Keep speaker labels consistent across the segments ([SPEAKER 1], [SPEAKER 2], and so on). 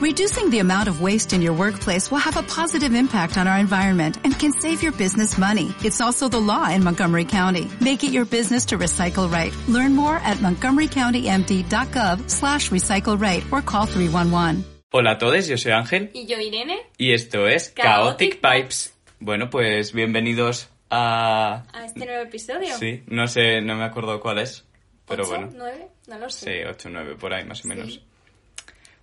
[SPEAKER 1] Reducing the amount of waste in your workplace will have a positive impact on our environment and can save your business money. It's also the law in Montgomery County. Make it your business to recycle right. Learn more at montgomerycountymd.gov slash recycle right or call 311.
[SPEAKER 2] Hola a todos, yo soy Ángel
[SPEAKER 3] Y yo, Irene,
[SPEAKER 2] y esto es Chaotic,
[SPEAKER 3] Chaotic
[SPEAKER 2] Pipes. Bueno, pues bienvenidos a...
[SPEAKER 3] a este nuevo episodio.
[SPEAKER 2] Sí, no sé, no me acuerdo cuál es, pero
[SPEAKER 3] ¿Ocho?
[SPEAKER 2] bueno.
[SPEAKER 3] ¿Nueve? No lo
[SPEAKER 2] Sí,
[SPEAKER 3] sé.
[SPEAKER 2] 8 o 9, por ahí más o menos.
[SPEAKER 3] Sí.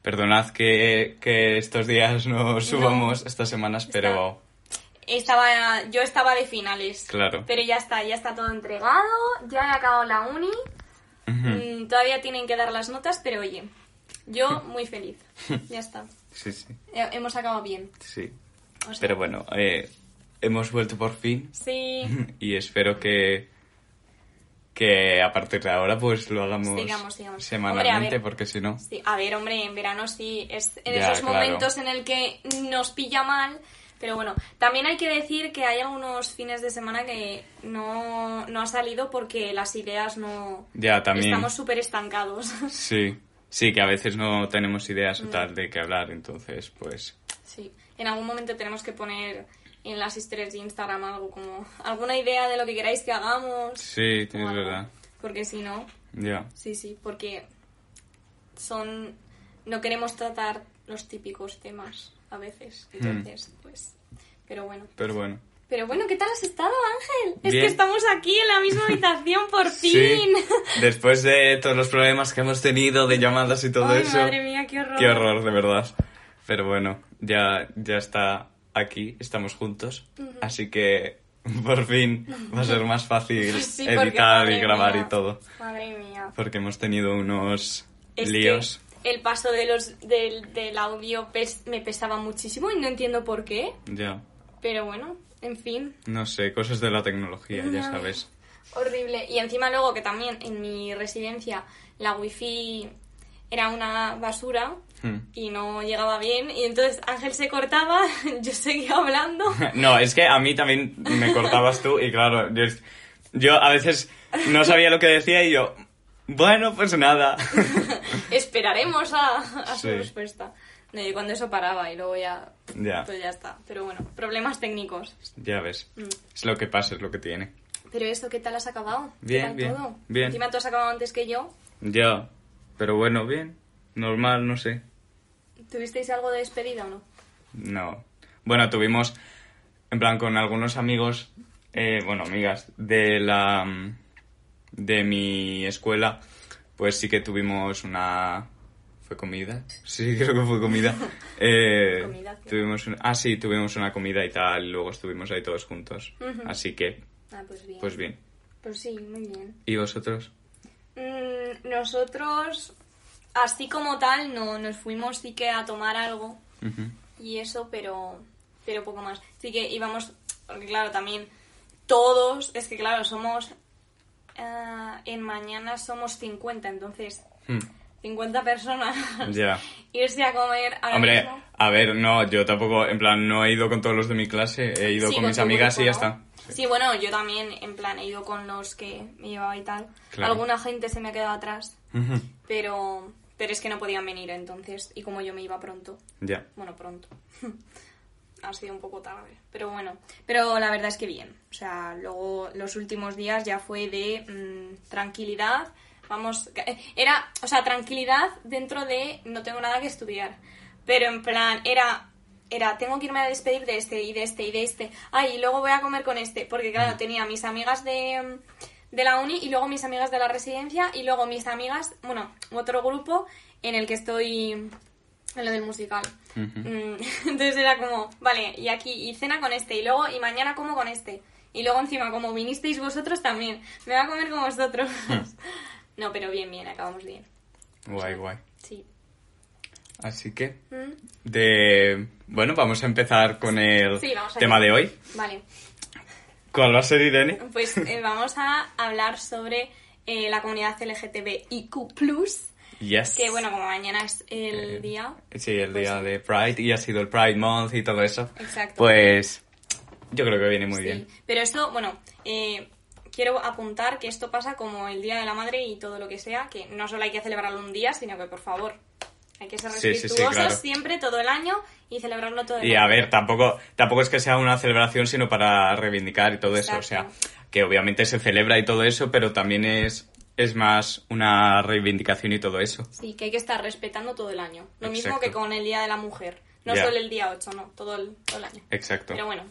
[SPEAKER 2] Perdonad que, que estos días no subamos estas semanas, pero
[SPEAKER 3] Estaba, yo estaba de finales.
[SPEAKER 2] Claro.
[SPEAKER 3] Pero ya está, ya está todo entregado, ya he acabado la uni. Mm, todavía tienen que dar las notas, pero oye, yo muy feliz. Ya está.
[SPEAKER 2] sí, sí,
[SPEAKER 3] Eh, Hemos acabado bien.
[SPEAKER 2] sí.
[SPEAKER 3] O sea,
[SPEAKER 2] Pero bueno, eh, hemos vuelto por fin
[SPEAKER 3] Sí,
[SPEAKER 2] y espero que que a partir de ahora pues lo hagamos
[SPEAKER 3] Sigamos, sigamos.
[SPEAKER 2] semanalmente
[SPEAKER 3] Hombre, a ver.
[SPEAKER 2] porque si no
[SPEAKER 3] sí. A ver, hombre, en verano sí, es en
[SPEAKER 2] Ya,
[SPEAKER 3] esos
[SPEAKER 2] claro.
[SPEAKER 3] momentos en el que nos pilla mal. Pero bueno, también hay que decir que hay algunos fines de semana que no, no ha salido porque las ideas no...
[SPEAKER 2] ya también
[SPEAKER 3] Estamos súper estancados.
[SPEAKER 2] sí sí que a veces no tenemos ideas o tal de qué hablar entonces pues
[SPEAKER 3] Sí, en algún momento tenemos que poner en las historias de Instagram algo como alguna idea de lo que queráis que hagamos.
[SPEAKER 2] sí
[SPEAKER 3] o
[SPEAKER 2] tienes
[SPEAKER 3] algo.
[SPEAKER 2] verdad
[SPEAKER 3] Porque si no,
[SPEAKER 2] ya
[SPEAKER 3] sí, sí, porque son no queremos tratar los típicos temas a veces.
[SPEAKER 2] Hmm.
[SPEAKER 3] Entonces, pues pero bueno.
[SPEAKER 2] pero bueno
[SPEAKER 3] Pero bueno, ¿qué tal has estado, Ángel? Es
[SPEAKER 2] Bien.
[SPEAKER 3] que estamos aquí en la misma habitación por fin.
[SPEAKER 2] sí después de todos los problemas que hemos tenido de llamadas y todo
[SPEAKER 3] Ay,
[SPEAKER 2] eso
[SPEAKER 3] madre mía, qué horror.
[SPEAKER 2] qué horror de verdad pero bueno ya ya está aquí estamos juntos así que por fin va a ser más fácil
[SPEAKER 3] Sí, porque,
[SPEAKER 2] editar y
[SPEAKER 3] madre
[SPEAKER 2] grabar
[SPEAKER 3] mía,
[SPEAKER 2] y todo
[SPEAKER 3] Madre mía.
[SPEAKER 2] porque hemos tenido unos
[SPEAKER 3] Es
[SPEAKER 2] líos.
[SPEAKER 3] que el paso de los, del, del audio pes- me pesaba muchísimo y no entiendo por qué,
[SPEAKER 2] Ya,
[SPEAKER 3] pero bueno, en fin,
[SPEAKER 2] no sé, cosas de la tecnología, ya
[SPEAKER 3] Ya.
[SPEAKER 2] sabes.
[SPEAKER 3] horrible. Y encima luego que también en mi residencia la wifi era una basura
[SPEAKER 2] Hmm.
[SPEAKER 3] y no llegaba bien y entonces Ángel se cortaba, yo seguía hablando.
[SPEAKER 2] No, es que a mí también me cortabas tú y claro, yo, yo a veces no sabía lo que decía y yo, bueno, pues nada.
[SPEAKER 3] Esperaremos a, a su
[SPEAKER 2] Sí.
[SPEAKER 3] respuesta. No, y cuando eso paraba y luego ya...
[SPEAKER 2] Ya.
[SPEAKER 3] Pues ya está. Pero bueno, problemas técnicos.
[SPEAKER 2] ya ves, es lo que pasa, es lo que tiene.
[SPEAKER 3] Pero eso, ¿qué tal has acabado? ¿Qué
[SPEAKER 2] Bien,
[SPEAKER 3] tal
[SPEAKER 2] bien,
[SPEAKER 3] todo?
[SPEAKER 2] bien.
[SPEAKER 3] Encima tú has acabado antes que yo.
[SPEAKER 2] Ya, pero bueno, bien, normal, no sé.
[SPEAKER 3] ¿Tuvisteis algo de despedida o no?
[SPEAKER 2] No. Bueno, tuvimos, en plan, con algunos amigos, eh, bueno, amigas de la mm, de mi escuela, pues sí que tuvimos una fue comida, sí creo que fue comida. Eh,
[SPEAKER 3] Comida, sí.
[SPEAKER 2] tuvimos un- ah sí tuvimos una comida y tal, y luego estuvimos ahí todos juntos, así que
[SPEAKER 3] Ah, pues bien.
[SPEAKER 2] pues bien.
[SPEAKER 3] Pues sí, muy bien.
[SPEAKER 2] ¿Y vosotros?
[SPEAKER 3] Mm, nosotros, así como tal, no, nos fuimos sí que a tomar algo
[SPEAKER 2] Ujú.
[SPEAKER 3] y eso, pero, pero poco más. Sí que íbamos, porque claro, también todos, es que claro, somos, ah, en mañana somos 50, entonces
[SPEAKER 2] Hmm.
[SPEAKER 3] 50 personas.
[SPEAKER 2] Ya.
[SPEAKER 3] Irse a comer ahora
[SPEAKER 2] Hombre,
[SPEAKER 3] mismo.
[SPEAKER 2] a ver, no, yo tampoco, en plan, no he ido con todos los de mi clase, he ido
[SPEAKER 3] Sí,
[SPEAKER 2] con mis
[SPEAKER 3] tu
[SPEAKER 2] amigas
[SPEAKER 3] grupo,
[SPEAKER 2] y ya
[SPEAKER 3] ¿no?
[SPEAKER 2] está.
[SPEAKER 3] Sí. bueno, yo también, en plan, he ido con los que me llevaba y tal.
[SPEAKER 2] Claro.
[SPEAKER 3] Alguna gente se me ha quedado atrás,
[SPEAKER 2] Ujú.
[SPEAKER 3] pero, pero es que no podían venir entonces. Y como yo me iba pronto,
[SPEAKER 2] Ya.
[SPEAKER 3] bueno, pronto. ha sido un poco tarde, pero bueno. Pero la verdad es que bien. O sea, luego los últimos días ya fue de mm, tranquilidad. Vamos, eh, era, o sea, tranquilidad dentro de no tengo nada que estudiar. Pero en plan, era, era, tengo que irme a despedir de este y de este y de este. Ay, y luego voy a comer con este. Porque claro, tenía mis amigas de, mm, de la uni y luego mis amigas de la residencia y luego mis amigas, bueno, otro grupo en el que estoy en lo del musical. Mm, Entonces era como, vale, y aquí y cena con este, y luego, y mañana como con este. Y luego encima, como vinisteis vosotros también, me voy a comer con vosotros. no, pero bien, bien, acabamos bien.
[SPEAKER 2] Guay, guay.
[SPEAKER 3] Sí.
[SPEAKER 2] Así que,
[SPEAKER 3] Mm,
[SPEAKER 2] de... Bueno, vamos a empezar con el
[SPEAKER 3] Sí, vamos allá.
[SPEAKER 2] tema de hoy.
[SPEAKER 3] Vale,
[SPEAKER 2] ¿Cuál va a ser, Irene?
[SPEAKER 3] pues eh, vamos a hablar sobre eh, la comunidad LGTBIQ+,
[SPEAKER 2] Yes.
[SPEAKER 3] que bueno, como mañana es el
[SPEAKER 2] Eh,
[SPEAKER 3] día...
[SPEAKER 2] Sí, el
[SPEAKER 3] pues
[SPEAKER 2] día
[SPEAKER 3] sí.
[SPEAKER 2] de Pride y ha sido el Pride Month y todo eso.
[SPEAKER 3] Exacto.
[SPEAKER 2] Pues yo creo que viene muy
[SPEAKER 3] Sí,
[SPEAKER 2] bien.
[SPEAKER 3] Pero esto, bueno, eh, quiero apuntar que esto pasa como el Día de la Madre y todo lo que sea, que no solo hay que celebrarlo un día, sino que por favor, Hay que ser
[SPEAKER 2] Sí, sí, sí,
[SPEAKER 3] respetuosos
[SPEAKER 2] claro.
[SPEAKER 3] siempre, todo el año y celebrarlo todo el
[SPEAKER 2] Y
[SPEAKER 3] año.
[SPEAKER 2] a ver, tampoco, tampoco es que sea una celebración, sino para reivindicar y todo eso. O sea,
[SPEAKER 3] Exacto.
[SPEAKER 2] que obviamente se celebra y todo eso, pero también es, es más una reivindicación y todo eso.
[SPEAKER 3] Sí, que hay que estar respetando todo el año. Lo mismo
[SPEAKER 2] Exacto.
[SPEAKER 3] que con el Día de la Mujer. No
[SPEAKER 2] Ya.
[SPEAKER 3] solo el día 8, no, todo el, todo el año.
[SPEAKER 2] Exacto.
[SPEAKER 3] Pero bueno,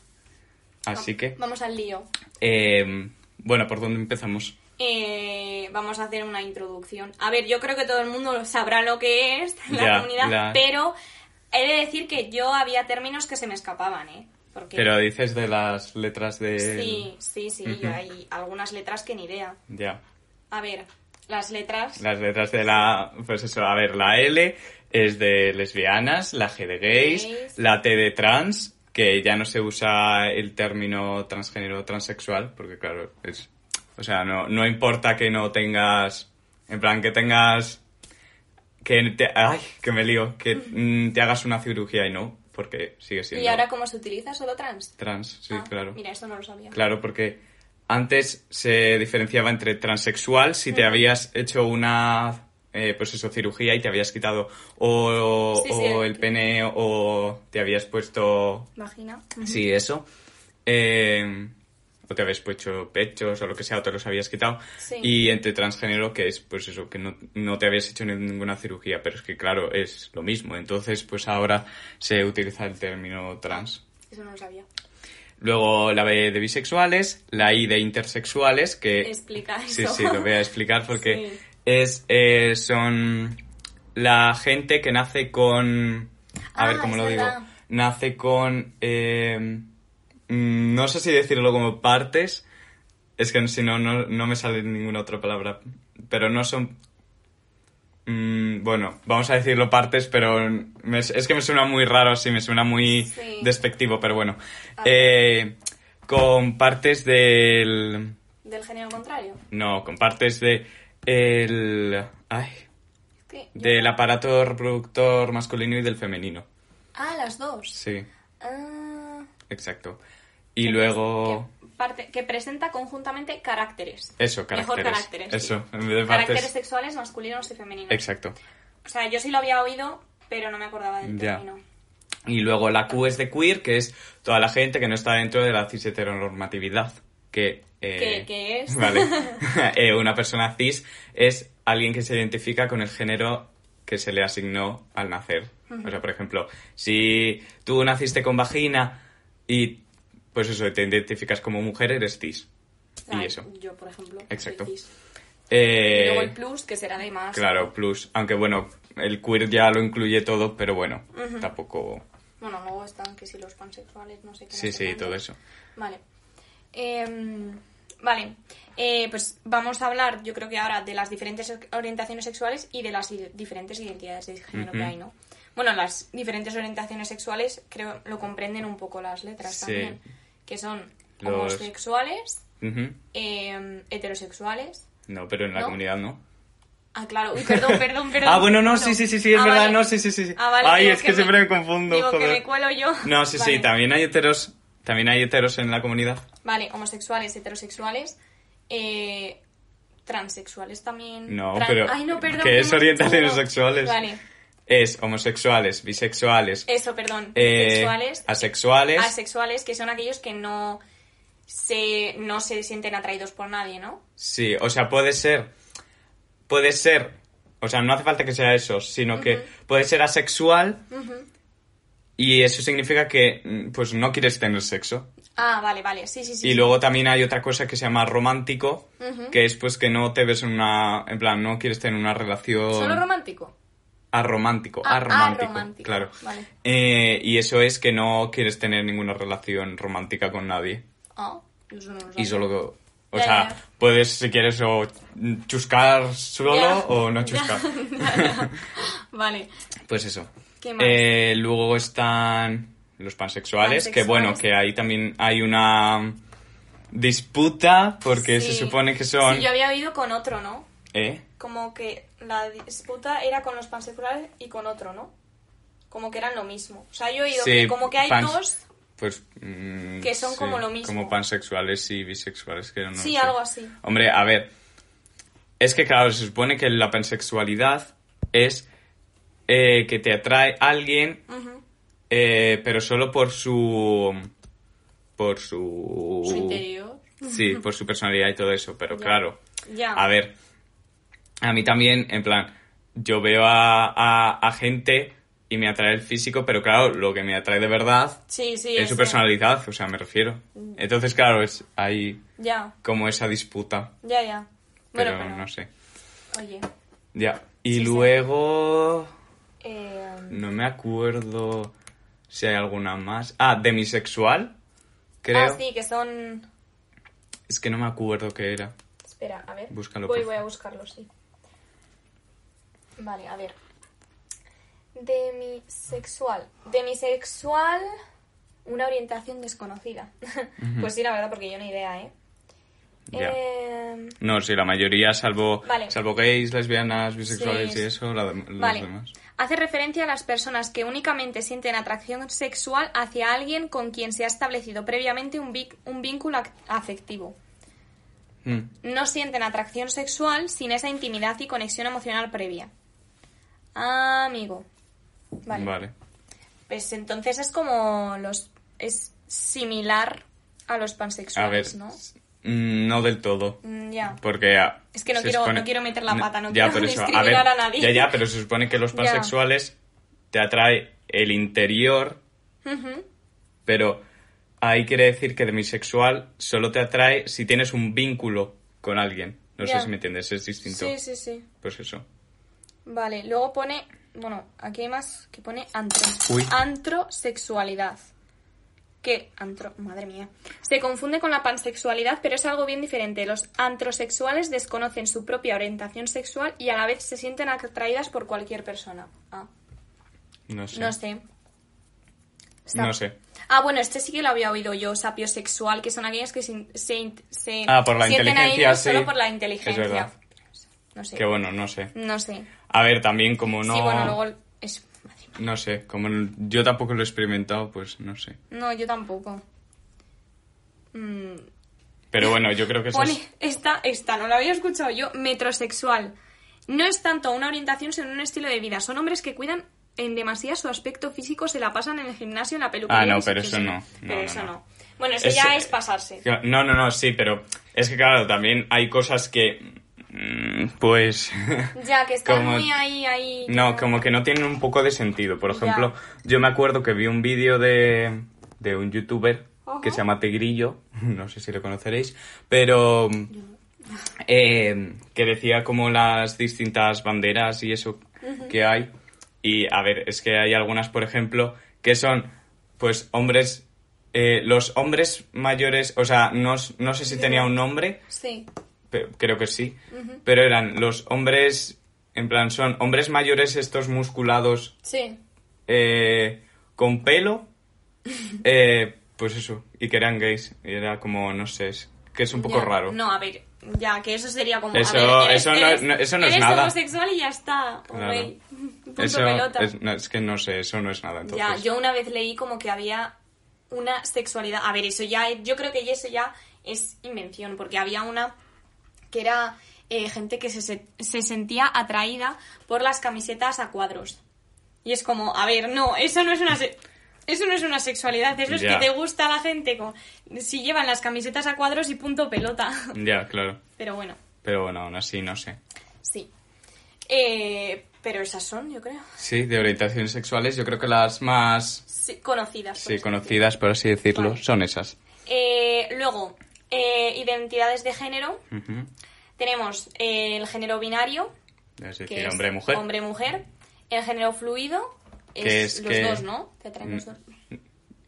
[SPEAKER 2] Así
[SPEAKER 3] va-
[SPEAKER 2] que,
[SPEAKER 3] vamos al lío.
[SPEAKER 2] eh, bueno, ¿por dónde empezamos?
[SPEAKER 3] Eh, vamos a hacer una introducción. A ver, yo creo que todo el mundo lo- sabrá lo que es la
[SPEAKER 2] Ya,
[SPEAKER 3] comunidad,
[SPEAKER 2] la-
[SPEAKER 3] pero he de decir que yo había términos que se me escapaban, ¿eh? Porque
[SPEAKER 2] Pero dices de las letras de...
[SPEAKER 3] sí, sí, sí, yo
[SPEAKER 2] Ujú.
[SPEAKER 3] hay algunas letras que ni idea.
[SPEAKER 2] Ya.
[SPEAKER 3] A ver, las letras.
[SPEAKER 2] Las letras de la... Pues eso, a ver, la L es de lesbianas, la G de
[SPEAKER 3] Gays.
[SPEAKER 2] gays, la T de trans, que ya no se usa el término transgénero o transexual, porque claro, es... O sea, no, no importa que no tengas... En plan, que tengas... Que te, ay, que me lío, que mm, te hagas una cirugía y no, porque sigue siendo
[SPEAKER 3] ¿Y ahora cómo se utiliza? ¿Solo trans?
[SPEAKER 2] trans, sí,
[SPEAKER 3] Ah,
[SPEAKER 2] claro.
[SPEAKER 3] Mira, esto no lo sabía.
[SPEAKER 2] Claro, porque antes se diferenciaba entre transexual si te habías hecho una eh, pues eso, cirugía y te habías quitado o,
[SPEAKER 3] Sí, sí,
[SPEAKER 2] o
[SPEAKER 3] el-
[SPEAKER 2] el pene o te habías puesto
[SPEAKER 3] Vagina. mm,
[SPEAKER 2] sí, eso Eh, o te habías puesto pechos o lo que sea, o te los habías quitado
[SPEAKER 3] Sí.
[SPEAKER 2] y entre transgénero que es pues eso, que no, no te habías hecho ni- ninguna cirugía, pero es que claro, es lo mismo, entonces pues ahora se utiliza el término trans
[SPEAKER 3] Eso no lo sabía.
[SPEAKER 2] Luego la B de bisexuales, la I de intersexuales, que...
[SPEAKER 3] Explica
[SPEAKER 2] Sí,
[SPEAKER 3] eso.
[SPEAKER 2] sí, lo voy a explicar porque
[SPEAKER 3] Sí.
[SPEAKER 2] es, eh, son la gente que nace con... A
[SPEAKER 3] Ah,
[SPEAKER 2] ver cómo
[SPEAKER 3] es
[SPEAKER 2] lo
[SPEAKER 3] verdad.
[SPEAKER 2] digo. Nace con... eh, mm, no sé si decirlo como partes, es que si no, no, no me sale ninguna otra palabra, pero no son... mm, bueno, vamos a decirlo partes, pero me- es que me suena muy raro, sí, me suena muy
[SPEAKER 3] Sí.
[SPEAKER 2] despectivo, pero bueno.
[SPEAKER 3] A ver.
[SPEAKER 2] Eh, con partes del...
[SPEAKER 3] Del género contrario.
[SPEAKER 2] No, con partes de... El... Ay,
[SPEAKER 3] Es que yo-
[SPEAKER 2] del aparato reproductor masculino y del femenino.
[SPEAKER 3] Ah, las dos.
[SPEAKER 2] Sí,
[SPEAKER 3] Ah,
[SPEAKER 2] exacto. Y luego...
[SPEAKER 3] que, parte, que presenta conjuntamente caracteres.
[SPEAKER 2] Eso, caracteres.
[SPEAKER 3] Mejor caracteres. sí.
[SPEAKER 2] Eso, en vez de
[SPEAKER 3] Caracteres
[SPEAKER 2] partes...
[SPEAKER 3] sexuales masculinos y femeninos.
[SPEAKER 2] Exacto.
[SPEAKER 3] O sea, yo sí lo había oído, pero no me acordaba del
[SPEAKER 2] Ya.
[SPEAKER 3] término.
[SPEAKER 2] Y luego la Q es de queer, que es toda la gente que no está dentro de la cis-heteronormatividad. Que, eh,
[SPEAKER 3] ¿Qué- qué es?
[SPEAKER 2] Vale. Eh, una persona cis es alguien que se identifica con el género que se le asignó al nacer. O sea, por ejemplo, si tú naciste con vagina y pues eso, te identificas como mujer, eres cis.
[SPEAKER 3] O sea,
[SPEAKER 2] Y eso.
[SPEAKER 3] Yo, por ejemplo.
[SPEAKER 2] Exacto.
[SPEAKER 3] soy cis.
[SPEAKER 2] Eh,
[SPEAKER 3] Y luego el plus, que será de más.
[SPEAKER 2] Claro, plus. Aunque bueno, el queer ya lo incluye todo, pero bueno, tampoco.
[SPEAKER 3] Bueno, luego están que si los pansexuales, no sé qué. no
[SPEAKER 2] Sí,
[SPEAKER 3] sé
[SPEAKER 2] sí,
[SPEAKER 3] cuánto.
[SPEAKER 2] todo eso.
[SPEAKER 3] Vale. Em, vale. Eh, pues vamos a hablar, yo creo que ahora, de las diferentes orientaciones sexuales y de las i- diferentes identidades de género que
[SPEAKER 2] Ujú.
[SPEAKER 3] hay, ¿no? Bueno, las diferentes orientaciones sexuales creo lo comprenden un poco las letras
[SPEAKER 2] Sí.
[SPEAKER 3] también. Que son
[SPEAKER 2] Los-
[SPEAKER 3] homosexuales,
[SPEAKER 2] Ujú.
[SPEAKER 3] em, heterosexuales.
[SPEAKER 2] No, pero en la
[SPEAKER 3] ¿No?
[SPEAKER 2] comunidad no.
[SPEAKER 3] Ah, claro, uy, perdón, perdón, perdón.
[SPEAKER 2] Ah, bueno, no,
[SPEAKER 3] perdón.
[SPEAKER 2] sí, sí, sí, sí, es
[SPEAKER 3] Ah,
[SPEAKER 2] verdad,
[SPEAKER 3] vale.
[SPEAKER 2] no, sí, sí, sí. sí.
[SPEAKER 3] Ah, vale,
[SPEAKER 2] Ay,
[SPEAKER 3] digo
[SPEAKER 2] es
[SPEAKER 3] que
[SPEAKER 2] que
[SPEAKER 3] me-
[SPEAKER 2] siempre me confundo,
[SPEAKER 3] digo que
[SPEAKER 2] joder.
[SPEAKER 3] me cuelo yo.
[SPEAKER 2] No, sí,
[SPEAKER 3] Vale.
[SPEAKER 2] sí, también hay heteros, también hay heteros en la comunidad.
[SPEAKER 3] Vale, homosexuales, heterosexuales, eh, transexuales también.
[SPEAKER 2] No,
[SPEAKER 3] Tran-
[SPEAKER 2] pero
[SPEAKER 3] Ay, no, perdón.
[SPEAKER 2] que es
[SPEAKER 3] hemos
[SPEAKER 2] orientaciones
[SPEAKER 3] dicho-
[SPEAKER 2] sexuales.
[SPEAKER 3] Vale,
[SPEAKER 2] Es homosexuales, bisexuales,
[SPEAKER 3] eso, perdón.
[SPEAKER 2] eh,
[SPEAKER 3] sexuales,
[SPEAKER 2] asexuales.
[SPEAKER 3] asexuales, que son aquellos que no se, no se sienten atraídos por nadie, ¿no?
[SPEAKER 2] Sí, o sea, puede ser. Puede ser. O sea, no hace falta que sea eso, sino que puede ser asexual. Y eso significa que mm, pues no quieres tener sexo.
[SPEAKER 3] Ah, vale, vale, sí, sí, sí.
[SPEAKER 2] Y
[SPEAKER 3] sí.
[SPEAKER 2] luego también hay otra cosa que se llama romántico, que es pues que no te ves en una... En plan, no quieres tener una relación...
[SPEAKER 3] ¿Solo romántico?
[SPEAKER 2] aromántico.
[SPEAKER 3] Ah,
[SPEAKER 2] aromántico,
[SPEAKER 3] aromántico,
[SPEAKER 2] claro.
[SPEAKER 3] vale.
[SPEAKER 2] Eh, y eso es que no quieres tener ninguna relación romántica con nadie.
[SPEAKER 3] Ah, eso no lo
[SPEAKER 2] Y
[SPEAKER 3] sabía.
[SPEAKER 2] solo... O
[SPEAKER 3] Ya,
[SPEAKER 2] sea,
[SPEAKER 3] ya, ya.
[SPEAKER 2] puedes, si quieres, o chuscar solo
[SPEAKER 3] Ya.
[SPEAKER 2] o no
[SPEAKER 3] Ya.
[SPEAKER 2] chuscar.
[SPEAKER 3] Vale,
[SPEAKER 2] Pues eso.
[SPEAKER 3] ¿Qué más?
[SPEAKER 2] Eh, luego están los pansexuales, que bueno,
[SPEAKER 3] Pansexuales.
[SPEAKER 2] que ahí también hay una disputa, porque se
[SPEAKER 3] sí.
[SPEAKER 2] supone que son...
[SPEAKER 3] Sí, yo había oído con otro, ¿no?
[SPEAKER 2] ¿Eh?
[SPEAKER 3] Como que la disputa era con los pansexuales y con otro, ¿no? Como que eran lo mismo. O sea, yo he oído
[SPEAKER 2] Sí,
[SPEAKER 3] que como que hay
[SPEAKER 2] pans-
[SPEAKER 3] dos...
[SPEAKER 2] Pues. mm,
[SPEAKER 3] Que son como lo mismo.
[SPEAKER 2] Como pansexuales y bisexuales, que no
[SPEAKER 3] Sí,
[SPEAKER 2] sé.
[SPEAKER 3] algo así.
[SPEAKER 2] Hombre, a ver. Es que, claro, se supone que la pansexualidad es eh, que te atrae alguien, eh, pero solo por su... por su...
[SPEAKER 3] Su interior.
[SPEAKER 2] Sí, por su personalidad y todo eso, pero
[SPEAKER 3] Ya.
[SPEAKER 2] claro.
[SPEAKER 3] Ya.
[SPEAKER 2] A ver, a mí también, en plan, yo veo a, a- a gente y me atrae el físico, pero claro, lo que me atrae de verdad
[SPEAKER 3] Sí, sí. Mm.
[SPEAKER 2] es su
[SPEAKER 3] ese-
[SPEAKER 2] personalidad, o sea, me refiero. Entonces, claro, es hay
[SPEAKER 3] Ya,
[SPEAKER 2] como esa disputa,
[SPEAKER 3] ya, ya. Bueno,
[SPEAKER 2] pero
[SPEAKER 3] pero,
[SPEAKER 2] no sé.
[SPEAKER 3] Oye.
[SPEAKER 2] Ya. Y
[SPEAKER 3] Sí, sí.
[SPEAKER 2] luego,
[SPEAKER 3] Eh,
[SPEAKER 2] no me acuerdo si hay alguna más. Ah, demisexual, creo.
[SPEAKER 3] ah, sí, que son.
[SPEAKER 2] Es que no me acuerdo qué era.
[SPEAKER 3] Espera, a ver.
[SPEAKER 2] Búscalo,
[SPEAKER 3] Voy,
[SPEAKER 2] por
[SPEAKER 3] voy a buscarlo, sí. Vale, a ver. Demisexual. Demisexual. Una orientación desconocida. pues sí, la verdad, porque yo no idea, ¿eh?
[SPEAKER 2] Ya.
[SPEAKER 3] Em,
[SPEAKER 2] No, sí, la mayoría, salvo,
[SPEAKER 3] Vale.
[SPEAKER 2] salvo gays, lesbianas, bisexuales
[SPEAKER 3] Sí,
[SPEAKER 2] y eso, la dem- los
[SPEAKER 3] Vale.
[SPEAKER 2] demás.
[SPEAKER 3] Hace referencia a las personas que únicamente sienten atracción sexual hacia alguien con quien se ha establecido previamente un, vic- un vínculo ac- afectivo.
[SPEAKER 2] Mm,
[SPEAKER 3] No sienten atracción sexual sin esa intimidad y conexión emocional previa. Ah, Amigo. Vale.
[SPEAKER 2] Vale.
[SPEAKER 3] Pues entonces es como los. Es similar a los
[SPEAKER 2] A ver.
[SPEAKER 3] pansexuales, pues ¿no?
[SPEAKER 2] mm, No del todo.
[SPEAKER 3] Mm, ya.
[SPEAKER 2] Porque. ah,
[SPEAKER 3] Es que no
[SPEAKER 2] se
[SPEAKER 3] quiero- no quiero meter la pata, no quiero
[SPEAKER 2] pero eso, a
[SPEAKER 3] discriminar
[SPEAKER 2] ver,
[SPEAKER 3] a nadie.
[SPEAKER 2] Ya, ya, pero se supone que los
[SPEAKER 3] Ya.
[SPEAKER 2] pansexuales te atrae el interior,
[SPEAKER 3] Ujú.
[SPEAKER 2] pero ahí quiere decir que demisexual solo te atrae si tienes un vínculo con alguien. No
[SPEAKER 3] Ya.
[SPEAKER 2] sé si me entiendes, es distinto.
[SPEAKER 3] Sí, sí, sí.
[SPEAKER 2] Pues eso.
[SPEAKER 3] Vale, luego pone, bueno, aquí hay más que pone antro.
[SPEAKER 2] Uy.
[SPEAKER 3] Antrosexualidad. Que antro, madre mía. Se confunde con la pansexualidad, pero es algo bien diferente. Los antrosexuales desconocen su propia orientación sexual y a la vez se sienten atraídas por cualquier persona. Ah,
[SPEAKER 2] No sé.
[SPEAKER 3] no sé. Está-
[SPEAKER 2] No sé.
[SPEAKER 3] Ah, bueno, este sí que lo había oído yo, sapiosexual, que son aquellos que se, se- se
[SPEAKER 2] Ah, por la
[SPEAKER 3] sienten a
[SPEAKER 2] inteligencia,
[SPEAKER 3] ellos
[SPEAKER 2] sí.
[SPEAKER 3] solo por la
[SPEAKER 2] Es
[SPEAKER 3] inteligencia.
[SPEAKER 2] verdad.
[SPEAKER 3] No sé.
[SPEAKER 2] Que bueno, no sé.
[SPEAKER 3] No sé.
[SPEAKER 2] A ver, también como no.
[SPEAKER 3] Sí, bueno, luego es... madre mía.
[SPEAKER 2] No sé, como n- yo tampoco lo he experimentado, pues no sé.
[SPEAKER 3] No, yo tampoco. Mm,
[SPEAKER 2] Pero bueno, yo creo que eso
[SPEAKER 3] pone-
[SPEAKER 2] es.
[SPEAKER 3] esta, esta, no la había escuchado yo. Metrosexual. No es tanto una orientación, sino un estilo de vida. Son hombres que cuidan en demasía su aspecto físico, se la pasan en el gimnasio, en la peluquería.
[SPEAKER 2] Ah, no,
[SPEAKER 3] y se
[SPEAKER 2] pero eso
[SPEAKER 3] quitan.
[SPEAKER 2] no. No,
[SPEAKER 3] Pero
[SPEAKER 2] no,
[SPEAKER 3] eso
[SPEAKER 2] no.
[SPEAKER 3] no. Bueno, eso
[SPEAKER 2] Es- eh,
[SPEAKER 3] ya es pasarse.
[SPEAKER 2] No, no, no, sí, pero es que claro, también hay cosas que. mm, Pues.
[SPEAKER 3] Ya, que están
[SPEAKER 2] como-
[SPEAKER 3] muy ahí, ahí.
[SPEAKER 2] No, como que no tienen un poco de sentido. Por
[SPEAKER 3] Ya.
[SPEAKER 2] ejemplo, yo me acuerdo que vi un vídeo de, de un youtuber que
[SPEAKER 3] Ajá.
[SPEAKER 2] se llama Tigrillo, no sé si lo conoceréis, pero eh, que decía como las distintas banderas y eso que hay. Y a ver, es que hay algunas, por ejemplo, que son pues hombres... eh, los hombres mayores, o sea, no, s- no sé si tenía un nombre,
[SPEAKER 3] Sí.
[SPEAKER 2] Pe- creo que sí. Pero eran los hombres, en plan, son hombres mayores estos musculados
[SPEAKER 3] Sí.
[SPEAKER 2] eh, con pelo. eh, pues eso, y que eran gays. Y era como, no sé, es, que es un poco
[SPEAKER 3] Ya.
[SPEAKER 2] raro.
[SPEAKER 3] No, a ver, ya, que eso sería como. a
[SPEAKER 2] Eso-
[SPEAKER 3] ver,
[SPEAKER 2] eso no- no- eso no es
[SPEAKER 3] eres
[SPEAKER 2] nada.
[SPEAKER 3] homosexual y ya está. o
[SPEAKER 2] Claro.
[SPEAKER 3] gay. Punto
[SPEAKER 2] Eso
[SPEAKER 3] pelota.
[SPEAKER 2] es, no, es que no sé, eso no es nada. Entonces.
[SPEAKER 3] Ya, yo una vez leí como que había una sexualidad. A ver, eso ya, yo creo que eso ya es invención, porque había una que era eh, gente que se, se- se sentía atraída por las camisetas a cuadros. Y es como, a ver, no, eso no es una se- eso no es una sexualidad, eso es
[SPEAKER 2] Ya.
[SPEAKER 3] que te gusta a la gente con, si llevan las camisetas a cuadros y punto pelota.
[SPEAKER 2] Ya, claro.
[SPEAKER 3] Pero bueno,
[SPEAKER 2] Pero bueno, aún así, no sé.
[SPEAKER 3] sí. Eh, pero esas son, yo creo.
[SPEAKER 2] Sí, de orientaciones sexuales, yo creo que las más
[SPEAKER 3] Sí, conocidas. por
[SPEAKER 2] sí,
[SPEAKER 3] así
[SPEAKER 2] conocidas, por así decirlo,
[SPEAKER 3] Vale.
[SPEAKER 2] son esas.
[SPEAKER 3] Eh, luego, eh, identidades de género.
[SPEAKER 2] Ujú.
[SPEAKER 3] Tenemos eh, el género binario,
[SPEAKER 2] Es
[SPEAKER 3] que
[SPEAKER 2] decir,
[SPEAKER 3] es
[SPEAKER 2] hombre-mujer.
[SPEAKER 3] hombre-mujer. El género fluido,
[SPEAKER 2] Que
[SPEAKER 3] es,
[SPEAKER 2] es
[SPEAKER 3] los
[SPEAKER 2] que- Mm.
[SPEAKER 3] dos, ¿no? Te atraen los dos.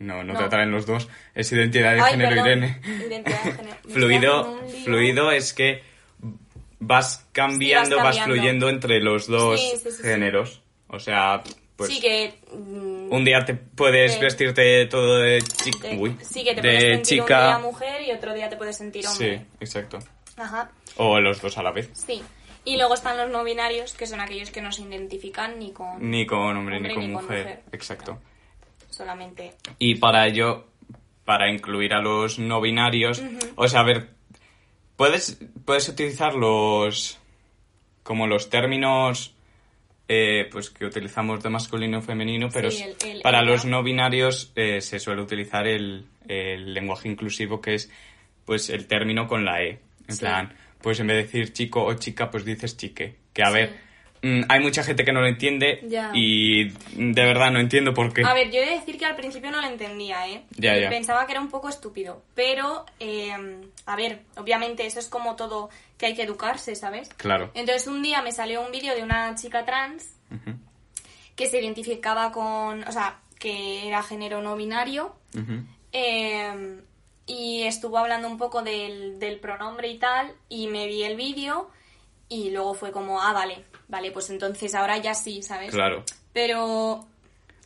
[SPEAKER 2] No, no,
[SPEAKER 3] No.
[SPEAKER 2] te atraen los dos. Es identidad de
[SPEAKER 3] Ay,
[SPEAKER 2] género,
[SPEAKER 3] perdón.
[SPEAKER 2] Irene.
[SPEAKER 3] Identidad de género. Me estoy
[SPEAKER 2] fluido,
[SPEAKER 3] haciendo un lío.
[SPEAKER 2] fluido es que vas cambiando, vas,
[SPEAKER 3] cambiando.
[SPEAKER 2] fluyendo entre los dos
[SPEAKER 3] Sí, sí, sí, sí.
[SPEAKER 2] géneros. O sea, pues
[SPEAKER 3] sí, que. mm,
[SPEAKER 2] un día te puedes
[SPEAKER 3] Sí.
[SPEAKER 2] vestirte todo de chica,
[SPEAKER 3] te- sí, que te puedes
[SPEAKER 2] de
[SPEAKER 3] sentir un día
[SPEAKER 2] chica.
[SPEAKER 3] mujer y otro día te puedes sentir
[SPEAKER 2] sí,
[SPEAKER 3] hombre.
[SPEAKER 2] exacto.
[SPEAKER 3] Ajá,
[SPEAKER 2] O los dos a la vez.
[SPEAKER 3] sí. Y luego están los no binarios, que son aquellos que no se identifican ni con
[SPEAKER 2] Ni con hombre,
[SPEAKER 3] Hombre
[SPEAKER 2] ni, con,
[SPEAKER 3] ni con
[SPEAKER 2] mujer.
[SPEAKER 3] mujer.
[SPEAKER 2] Exacto.
[SPEAKER 3] solamente.
[SPEAKER 2] Y para ello, para incluir a los no binarios, o sea, a ver, puedes, puedes utilizar los, como los términos eh, pues que utilizamos de masculino o femenino, pero
[SPEAKER 3] Sí,
[SPEAKER 2] s-
[SPEAKER 3] el- el-
[SPEAKER 2] para
[SPEAKER 3] el-
[SPEAKER 2] los no binarios eh, se suele utilizar el, el lenguaje inclusivo, que es pues el término con la E. En
[SPEAKER 3] Sí.
[SPEAKER 2] plan, pues en vez de decir chico o chica, pues dices chique. Que a
[SPEAKER 3] Sí.
[SPEAKER 2] ver, mm, hay mucha gente que no lo entiende
[SPEAKER 3] Ya.
[SPEAKER 2] y mm, de verdad no entiendo por qué.
[SPEAKER 3] A ver, yo he de decir que al principio no lo entendía, ¿eh?
[SPEAKER 2] Ya,
[SPEAKER 3] Y
[SPEAKER 2] ya.
[SPEAKER 3] Pensaba que era un poco estúpido. Pero, eh, a ver, obviamente eso es como todo que hay que educarse, ¿sabes?
[SPEAKER 2] Claro.
[SPEAKER 3] Entonces un día me salió un vídeo de una chica trans que se identificaba con, o sea, que era género no binario
[SPEAKER 2] Ujú.
[SPEAKER 3] eh, y estuvo hablando un poco del, del pronombre y tal, y me vi el vídeo y luego fue como, ah, vale, vale, pues entonces ahora ya sí, ¿sabes?
[SPEAKER 2] Claro.
[SPEAKER 3] Pero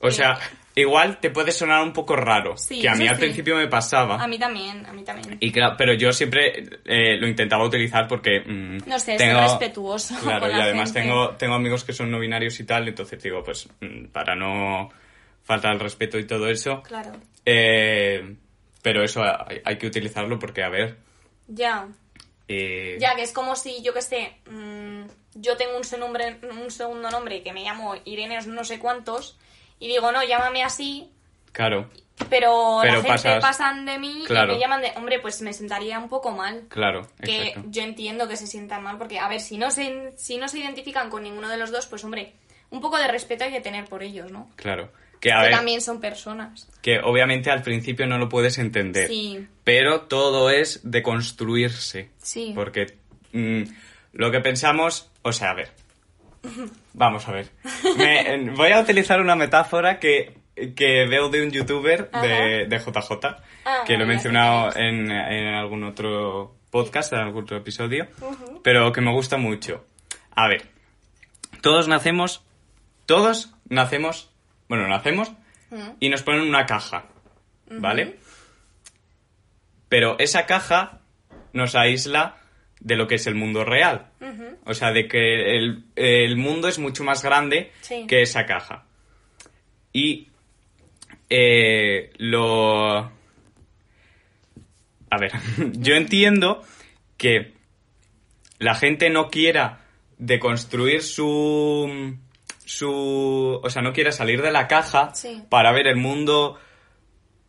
[SPEAKER 2] O
[SPEAKER 3] Eh,
[SPEAKER 2] sea, igual te puede sonar un poco raro,
[SPEAKER 3] Sí,
[SPEAKER 2] que a
[SPEAKER 3] eso
[SPEAKER 2] mí al
[SPEAKER 3] sí.
[SPEAKER 2] principio me pasaba.
[SPEAKER 3] a mí también, a mí también.
[SPEAKER 2] Y claro, pero yo siempre eh, lo intentaba utilizar porque... mm,
[SPEAKER 3] No sé, es
[SPEAKER 2] tengo-
[SPEAKER 3] respetuoso
[SPEAKER 2] Claro,
[SPEAKER 3] con
[SPEAKER 2] y
[SPEAKER 3] la
[SPEAKER 2] además
[SPEAKER 3] gente.
[SPEAKER 2] tengo, tengo amigos que son no binarios y tal, entonces digo, pues mm, para no faltar al respeto y todo eso.
[SPEAKER 3] Claro.
[SPEAKER 2] eh, pero eso hay, hay que utilizarlo porque, a ver...
[SPEAKER 3] Ya.
[SPEAKER 2] eh,
[SPEAKER 3] Ya, que es como si, yo qué sé, mm, yo tengo un, sonombre- un segundo nombre que me llamo Irene no sé cuántos, y digo, no, llámame así,
[SPEAKER 2] Claro,
[SPEAKER 3] pero, la
[SPEAKER 2] Pero
[SPEAKER 3] gente
[SPEAKER 2] pasas-
[SPEAKER 3] pasan de mí
[SPEAKER 2] Claro.
[SPEAKER 3] y me llaman de, hombre, pues me sentaría un poco mal.
[SPEAKER 2] claro,
[SPEAKER 3] que
[SPEAKER 2] exacto.
[SPEAKER 3] yo entiendo que se sientan mal, porque a ver, si no, se, si no se identifican con ninguno de los dos, pues hombre, un poco de respeto hay que tener por ellos, ¿no?
[SPEAKER 2] Claro. Que, a
[SPEAKER 3] que
[SPEAKER 2] ver,
[SPEAKER 3] también son personas.
[SPEAKER 2] que obviamente al principio no lo puedes entender.
[SPEAKER 3] Sí,
[SPEAKER 2] Pero todo es de construirse.
[SPEAKER 3] Sí.
[SPEAKER 2] Porque mm, lo que pensamos. O sea, a ver. Vamos a ver. Me- en- voy a utilizar una metáfora que, que veo de un youtuber de, de JJ,
[SPEAKER 3] Ah,
[SPEAKER 2] que lo he
[SPEAKER 3] vale,
[SPEAKER 2] mencionado en, en algún otro podcast, en algún otro episodio, pero que me gusta mucho. A ver, todos nacemos, todos nacemos, bueno, nacemos
[SPEAKER 3] Mm.
[SPEAKER 2] y nos ponen una caja, ¿vale? Pero esa caja nos aísla de lo que es el mundo real. O sea, de que el, el mundo es mucho más grande
[SPEAKER 3] Sí.
[SPEAKER 2] que esa caja. Y eh, lo... A ver, yo entiendo que la gente no quiera deconstruir su... su o sea, no quiera salir de la caja
[SPEAKER 3] Sí.
[SPEAKER 2] para ver el mundo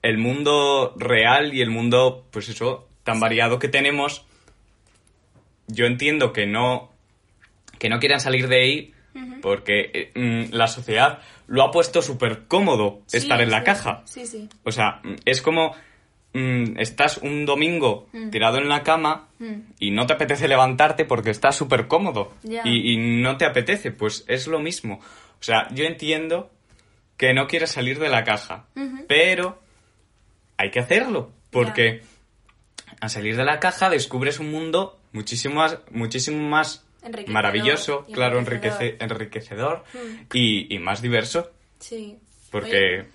[SPEAKER 2] el mundo real y el mundo, pues eso, tan variado que tenemos, yo entiendo que no, que no quieran salir de ahí porque eh, mm, la sociedad lo ha puesto súper cómodo
[SPEAKER 3] Sí,
[SPEAKER 2] estar en la
[SPEAKER 3] sí,
[SPEAKER 2] caja.
[SPEAKER 3] Sí, sí.
[SPEAKER 2] O sea, mm, es como mm, estás un domingo
[SPEAKER 3] Mm.
[SPEAKER 2] tirado en la cama y no te apetece levantarte porque estás súper cómodo
[SPEAKER 3] Ya.
[SPEAKER 2] y, y no te apetece, pues es lo mismo. O sea, yo entiendo que no quieres salir de la caja, pero hay que hacerlo porque al salir de la caja descubres un mundo muchísimo más, muchísimo más
[SPEAKER 3] Enriquecedor
[SPEAKER 2] maravilloso,
[SPEAKER 3] y
[SPEAKER 2] claro, enriquece-
[SPEAKER 3] enriquecedor. Mm.
[SPEAKER 2] enriquecedor y, y más diverso
[SPEAKER 3] Sí.
[SPEAKER 2] porque,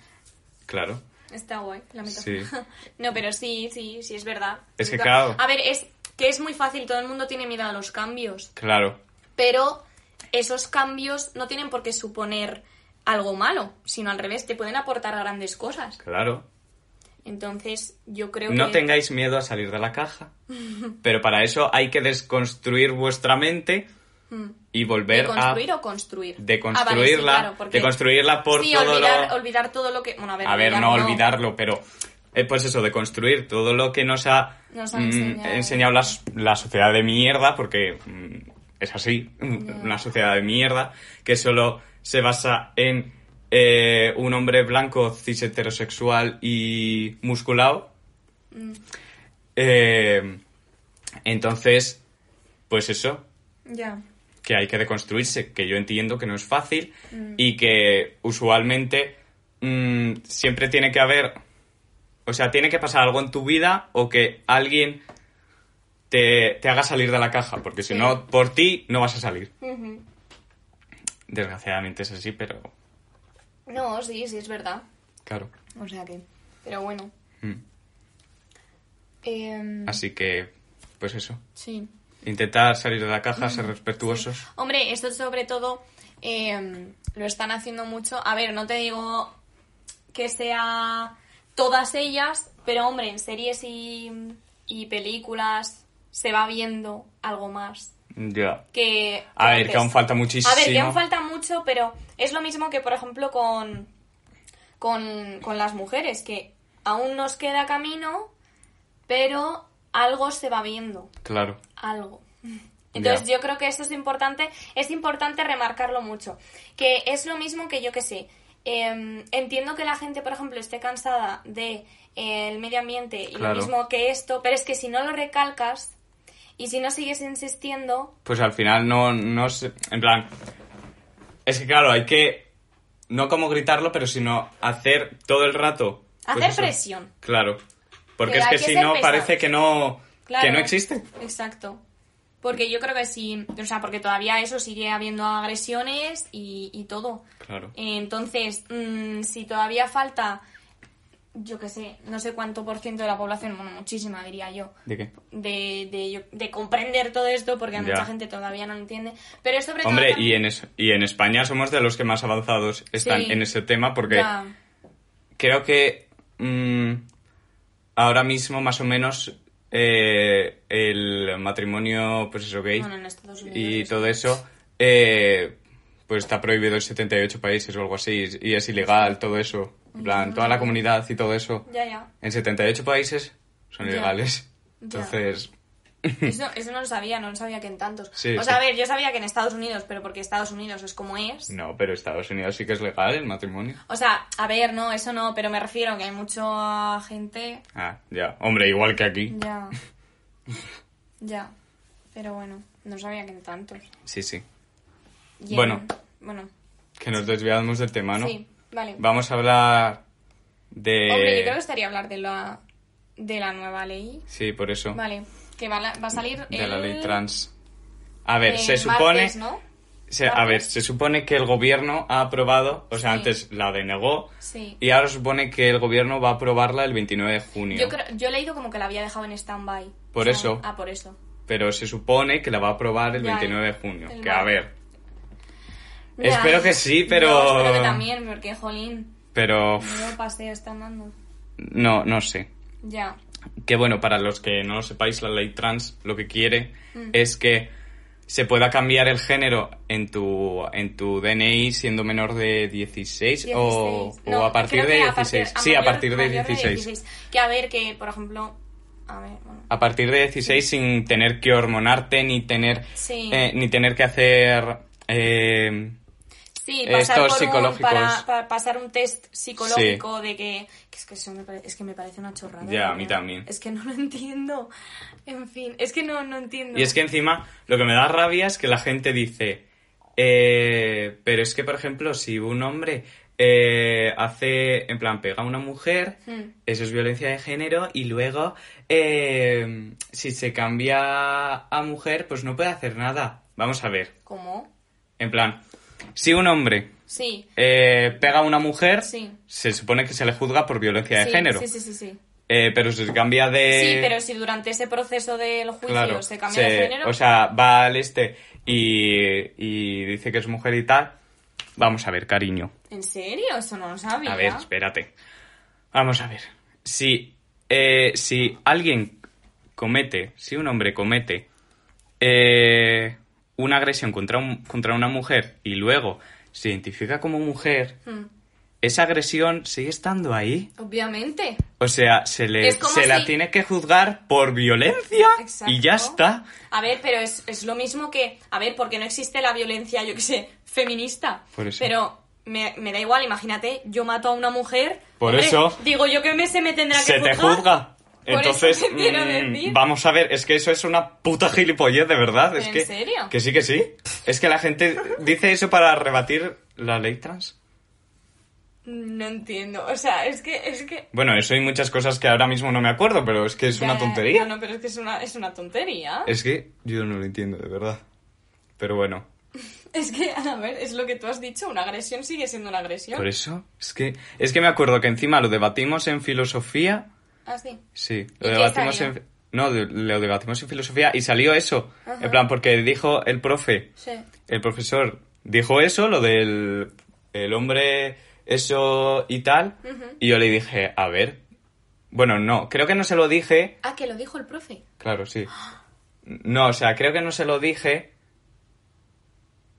[SPEAKER 2] claro.
[SPEAKER 3] Oye, está guay, la
[SPEAKER 2] Sí.
[SPEAKER 3] metáfora. no, pero sí, sí, sí, es verdad.
[SPEAKER 2] Es que
[SPEAKER 3] Nunca-
[SPEAKER 2] claro.
[SPEAKER 3] A ver, es que es muy fácil, todo el mundo tiene miedo a los cambios,
[SPEAKER 2] Claro,
[SPEAKER 3] pero esos cambios no tienen por qué suponer algo malo, sino al revés, te pueden aportar grandes cosas.
[SPEAKER 2] claro.
[SPEAKER 3] Entonces, yo creo
[SPEAKER 2] No
[SPEAKER 3] que...
[SPEAKER 2] tengáis miedo a salir de la caja, pero para eso hay que desconstruir vuestra mente y volver
[SPEAKER 3] de construir
[SPEAKER 2] a
[SPEAKER 3] Hmm. o construir
[SPEAKER 2] de
[SPEAKER 3] Ah, vale, sí,
[SPEAKER 2] construirla,
[SPEAKER 3] claro, porque-
[SPEAKER 2] de construirla por
[SPEAKER 3] sí,
[SPEAKER 2] todo
[SPEAKER 3] olvidar,
[SPEAKER 2] lo
[SPEAKER 3] olvidar todo lo que bueno a ver,
[SPEAKER 2] a ver,
[SPEAKER 3] olvidar
[SPEAKER 2] no olvidarlo, pero eh, pues eso de construir todo lo que nos ha,
[SPEAKER 3] Nos ha
[SPEAKER 2] mm,
[SPEAKER 3] enseñado.
[SPEAKER 2] enseñado la, s- la sociedad de mierda, porque mm, es así, una sociedad de mierda que solo se basa en eh, un hombre blanco cis heterosexual y musculado.
[SPEAKER 3] Mm.
[SPEAKER 2] Eh, entonces, pues eso,
[SPEAKER 3] ya
[SPEAKER 2] que hay que deconstruirse, que yo entiendo que no es fácil y que usualmente mm, siempre tiene que haber, o sea, tiene que pasar algo en tu vida o que alguien te, te haga salir de la caja, porque si
[SPEAKER 3] Sí.
[SPEAKER 2] no, por ti no vas a salir. Desgraciadamente es así, pero
[SPEAKER 3] no sí sí es verdad
[SPEAKER 2] claro.
[SPEAKER 3] o sea que pero bueno
[SPEAKER 2] Mm.
[SPEAKER 3] Em,
[SPEAKER 2] Así que, pues eso,
[SPEAKER 3] sí
[SPEAKER 2] intentar salir de la caja, ser respetuosos.
[SPEAKER 3] hombre esto sobre todo em, lo están haciendo mucho a ver no te digo que sea todas ellas pero hombre en series y y películas se va viendo algo más
[SPEAKER 2] Ya.
[SPEAKER 3] que...
[SPEAKER 2] A ver,
[SPEAKER 3] antes.
[SPEAKER 2] que aún falta muchísimo.
[SPEAKER 3] A ver, que aún falta mucho, pero es lo mismo que, por ejemplo, con, con, con las mujeres, que aún nos queda camino, pero algo se va viendo,
[SPEAKER 2] Claro.
[SPEAKER 3] algo. Entonces
[SPEAKER 2] Ya.
[SPEAKER 3] yo creo que eso es importante, es importante remarcarlo mucho, que es lo mismo que yo que sé. em, entiendo que la gente, por ejemplo, esté cansada de eh, el medio ambiente y
[SPEAKER 2] Claro.
[SPEAKER 3] lo mismo que esto, pero es que si no lo recalcas y si no sigues insistiendo,
[SPEAKER 2] Pues al final no, no sé. En plan. Es que claro, hay que. No como gritarlo, pero sino hacer todo el rato. pues
[SPEAKER 3] Hacer
[SPEAKER 2] eso.
[SPEAKER 3] presión.
[SPEAKER 2] Claro. Porque es
[SPEAKER 3] Pero
[SPEAKER 2] que,
[SPEAKER 3] hay que
[SPEAKER 2] si
[SPEAKER 3] ser
[SPEAKER 2] no,
[SPEAKER 3] pesados.
[SPEAKER 2] parece que no.
[SPEAKER 3] Claro.
[SPEAKER 2] Que no existe.
[SPEAKER 3] Exacto. Porque yo creo que sí, o sea, porque todavía eso sigue habiendo agresiones y, y todo.
[SPEAKER 2] Claro.
[SPEAKER 3] Entonces, mm, si todavía falta, yo qué sé, no sé cuánto por ciento de la población, bueno, muchísima diría yo,
[SPEAKER 2] ¿De qué?
[SPEAKER 3] de, de, yo- de comprender todo esto, porque a
[SPEAKER 2] Ya.
[SPEAKER 3] mucha gente todavía no lo entiende. Pero es sobre
[SPEAKER 2] Hombre,
[SPEAKER 3] todo...
[SPEAKER 2] y en, es- y en España somos de los que más avanzados están
[SPEAKER 3] Sí.
[SPEAKER 2] en ese tema porque
[SPEAKER 3] Ya,
[SPEAKER 2] creo que mm, ahora mismo más o menos eh, el matrimonio pues eso gay
[SPEAKER 3] Bueno, en Estados Unidos
[SPEAKER 2] y
[SPEAKER 3] es-
[SPEAKER 2] todo eso eh, pues está prohibido en 78 países o algo así y es ilegal todo eso. En plan, toda la comunidad y todo eso
[SPEAKER 3] ya, ya.
[SPEAKER 2] en 78 países son
[SPEAKER 3] Ya.
[SPEAKER 2] ilegales.
[SPEAKER 3] Ya.
[SPEAKER 2] Entonces,
[SPEAKER 3] Eso, eso no lo sabía, no lo sabía que en tantos.
[SPEAKER 2] Sí,
[SPEAKER 3] o sea, a
[SPEAKER 2] sí. Mm.
[SPEAKER 3] ver, yo sabía que en Estados Unidos, pero porque Estados Unidos es como es.
[SPEAKER 2] no, pero Estados Unidos sí que es legal el matrimonio.
[SPEAKER 3] O sea, a ver, no, eso no, pero me refiero que hay mucha gente.
[SPEAKER 2] Ah, ya. Hombre, igual que aquí.
[SPEAKER 3] Ya. Ya. Pero bueno, no sabía que tantos.
[SPEAKER 2] Sí, sí.
[SPEAKER 3] Y en-
[SPEAKER 2] Bueno.
[SPEAKER 3] Bueno,
[SPEAKER 2] Que nos desviamos del tema, ¿no?
[SPEAKER 3] sí, vale.
[SPEAKER 2] Vamos a hablar de...
[SPEAKER 3] Hombre, yo creo que estaría hablar de la, de la nueva ley.
[SPEAKER 2] Sí, por eso.
[SPEAKER 3] Vale, que va, la- va a salir.
[SPEAKER 2] De
[SPEAKER 3] el-
[SPEAKER 2] la ley trans. A ver,
[SPEAKER 3] el
[SPEAKER 2] se supone...
[SPEAKER 3] martes, ¿no?
[SPEAKER 2] se- a ver, se supone que el gobierno ha aprobado, o sea,
[SPEAKER 3] Sí.
[SPEAKER 2] antes la denegó,
[SPEAKER 3] Sí.
[SPEAKER 2] y ahora supone que el gobierno va a aprobarla el 29 de junio.
[SPEAKER 3] Yo, creo, yo he leído como que la había dejado en stand-by.
[SPEAKER 2] Por
[SPEAKER 3] O sea,
[SPEAKER 2] eso.
[SPEAKER 3] Ah, por eso.
[SPEAKER 2] Pero se supone que la va a aprobar el
[SPEAKER 3] Ya,
[SPEAKER 2] 29 de junio.
[SPEAKER 3] el
[SPEAKER 2] Que a
[SPEAKER 3] martes.
[SPEAKER 2] ver,
[SPEAKER 3] Ya.
[SPEAKER 2] Espero que sí, pero-
[SPEAKER 3] Yo espero que también, porque, jolín,
[SPEAKER 2] pero... uf,
[SPEAKER 3] yo paseo está andando.
[SPEAKER 2] No, no sé.
[SPEAKER 3] Ya.
[SPEAKER 2] Que bueno, para los que no lo sepáis, la ley trans lo que quiere
[SPEAKER 3] Mm.
[SPEAKER 2] es que se pueda cambiar el género en tu, en tu DNI siendo menor de 16, o,
[SPEAKER 3] 16.
[SPEAKER 2] o
[SPEAKER 3] No,
[SPEAKER 2] a partir
[SPEAKER 3] creo
[SPEAKER 2] de
[SPEAKER 3] que
[SPEAKER 2] 16.
[SPEAKER 3] a partir- a
[SPEAKER 2] sí, a
[SPEAKER 3] mayor-
[SPEAKER 2] partir de
[SPEAKER 3] mayor
[SPEAKER 2] 16.
[SPEAKER 3] 16. Que a ver, que por ejemplo. A ver, bueno.
[SPEAKER 2] A partir de 16 sin tener que hormonarte ni tener,
[SPEAKER 3] Sí.
[SPEAKER 2] eh, ni tener que hacer... eh,
[SPEAKER 3] Sí,
[SPEAKER 2] Eh,
[SPEAKER 3] pasar
[SPEAKER 2] estos
[SPEAKER 3] por un,
[SPEAKER 2] psicológicos.
[SPEAKER 3] para, para pasar un test psicológico de que, que es que eso me parece, es que me parece una chorrada.
[SPEAKER 2] Ya, a
[SPEAKER 3] ¿verdad?
[SPEAKER 2] mí también.
[SPEAKER 3] Es que no lo entiendo. En fin, es que no, no entiendo.
[SPEAKER 2] Y es que encima lo que me da rabia es que la gente dice, eh, pero es que por ejemplo si un hombre eh, hace, en plan, pega a una mujer,
[SPEAKER 3] Hmm.
[SPEAKER 2] eso es violencia de género y luego eh, si se cambia a mujer pues no puede hacer nada. Vamos a ver,
[SPEAKER 3] ¿Cómo?
[SPEAKER 2] en plan, si un hombre
[SPEAKER 3] Sí.
[SPEAKER 2] eh, pega a una mujer,
[SPEAKER 3] Sí.
[SPEAKER 2] se supone que se le juzga por violencia
[SPEAKER 3] sí,
[SPEAKER 2] de género.
[SPEAKER 3] Sí, sí, sí, sí.
[SPEAKER 2] Eh, pero si se cambia de...
[SPEAKER 3] Sí, pero si durante ese proceso del juicio
[SPEAKER 2] Claro,
[SPEAKER 3] se cambia de
[SPEAKER 2] se-
[SPEAKER 3] género.
[SPEAKER 2] O sea, va al este y, y dice que es mujer y tal. Vamos a ver, cariño.
[SPEAKER 3] ¿En serio? Eso no lo sabía.
[SPEAKER 2] A ver, espérate. Vamos a ver. Si, eh, si alguien comete, si un hombre comete eh, una agresión contra, un- contra una mujer y luego se identifica como mujer,
[SPEAKER 3] Hmm.
[SPEAKER 2] esa agresión sigue estando ahí.
[SPEAKER 3] Obviamente.
[SPEAKER 2] O sea, se, le,
[SPEAKER 3] Es como
[SPEAKER 2] se la
[SPEAKER 3] si-
[SPEAKER 2] tiene que juzgar por violencia
[SPEAKER 3] Exacto.
[SPEAKER 2] y ya está.
[SPEAKER 3] A ver, pero es, es lo mismo que. A ver, porque no existe la violencia, yo qué sé, feminista.
[SPEAKER 2] Por eso.
[SPEAKER 3] Pero me, me da igual, imagínate, yo mato a una mujer.
[SPEAKER 2] Por eso.
[SPEAKER 3] Digo yo que me, se me tendrá que
[SPEAKER 2] se te
[SPEAKER 3] juzgar.
[SPEAKER 2] juzga.
[SPEAKER 3] Por
[SPEAKER 2] Entonces,
[SPEAKER 3] eso te quiero
[SPEAKER 2] mm,
[SPEAKER 3] decir.
[SPEAKER 2] vamos a ver, es que eso es una puta gilipollez, de verdad. Es
[SPEAKER 3] ¿En
[SPEAKER 2] que,
[SPEAKER 3] serio?
[SPEAKER 2] Que sí, que sí. Es que la gente dice eso para rebatir la ley trans.
[SPEAKER 3] No entiendo. O sea, es que. Es que
[SPEAKER 2] Bueno, eso hay muchas cosas que ahora mismo no me acuerdo, pero es que es una
[SPEAKER 3] Ya,
[SPEAKER 2] tontería.
[SPEAKER 3] No, no, pero es que es una, es una tontería. Es...
[SPEAKER 2] Es que yo no lo entiendo, de verdad. Pero bueno,
[SPEAKER 3] que, a ver, es lo que tú has dicho, una agresión sigue siendo una agresión.
[SPEAKER 2] por eso, es que, es que me acuerdo que encima lo debatimos en filosofía.
[SPEAKER 3] Ah, sí.
[SPEAKER 2] Sí,
[SPEAKER 3] ¿Y
[SPEAKER 2] lo
[SPEAKER 3] qué
[SPEAKER 2] debatimos
[SPEAKER 3] salió?
[SPEAKER 2] en. No, de- lo debatimos en filosofía y salió eso. En plan, porque dijo el profe.
[SPEAKER 3] Sí.
[SPEAKER 2] el profesor dijo eso, lo del el hombre, eso y tal, y yo le dije, a ver, bueno, no, creo que no se lo dije,
[SPEAKER 3] Ah, que lo dijo el profe.
[SPEAKER 2] claro, sí. No, o sea, creo que no se lo dije.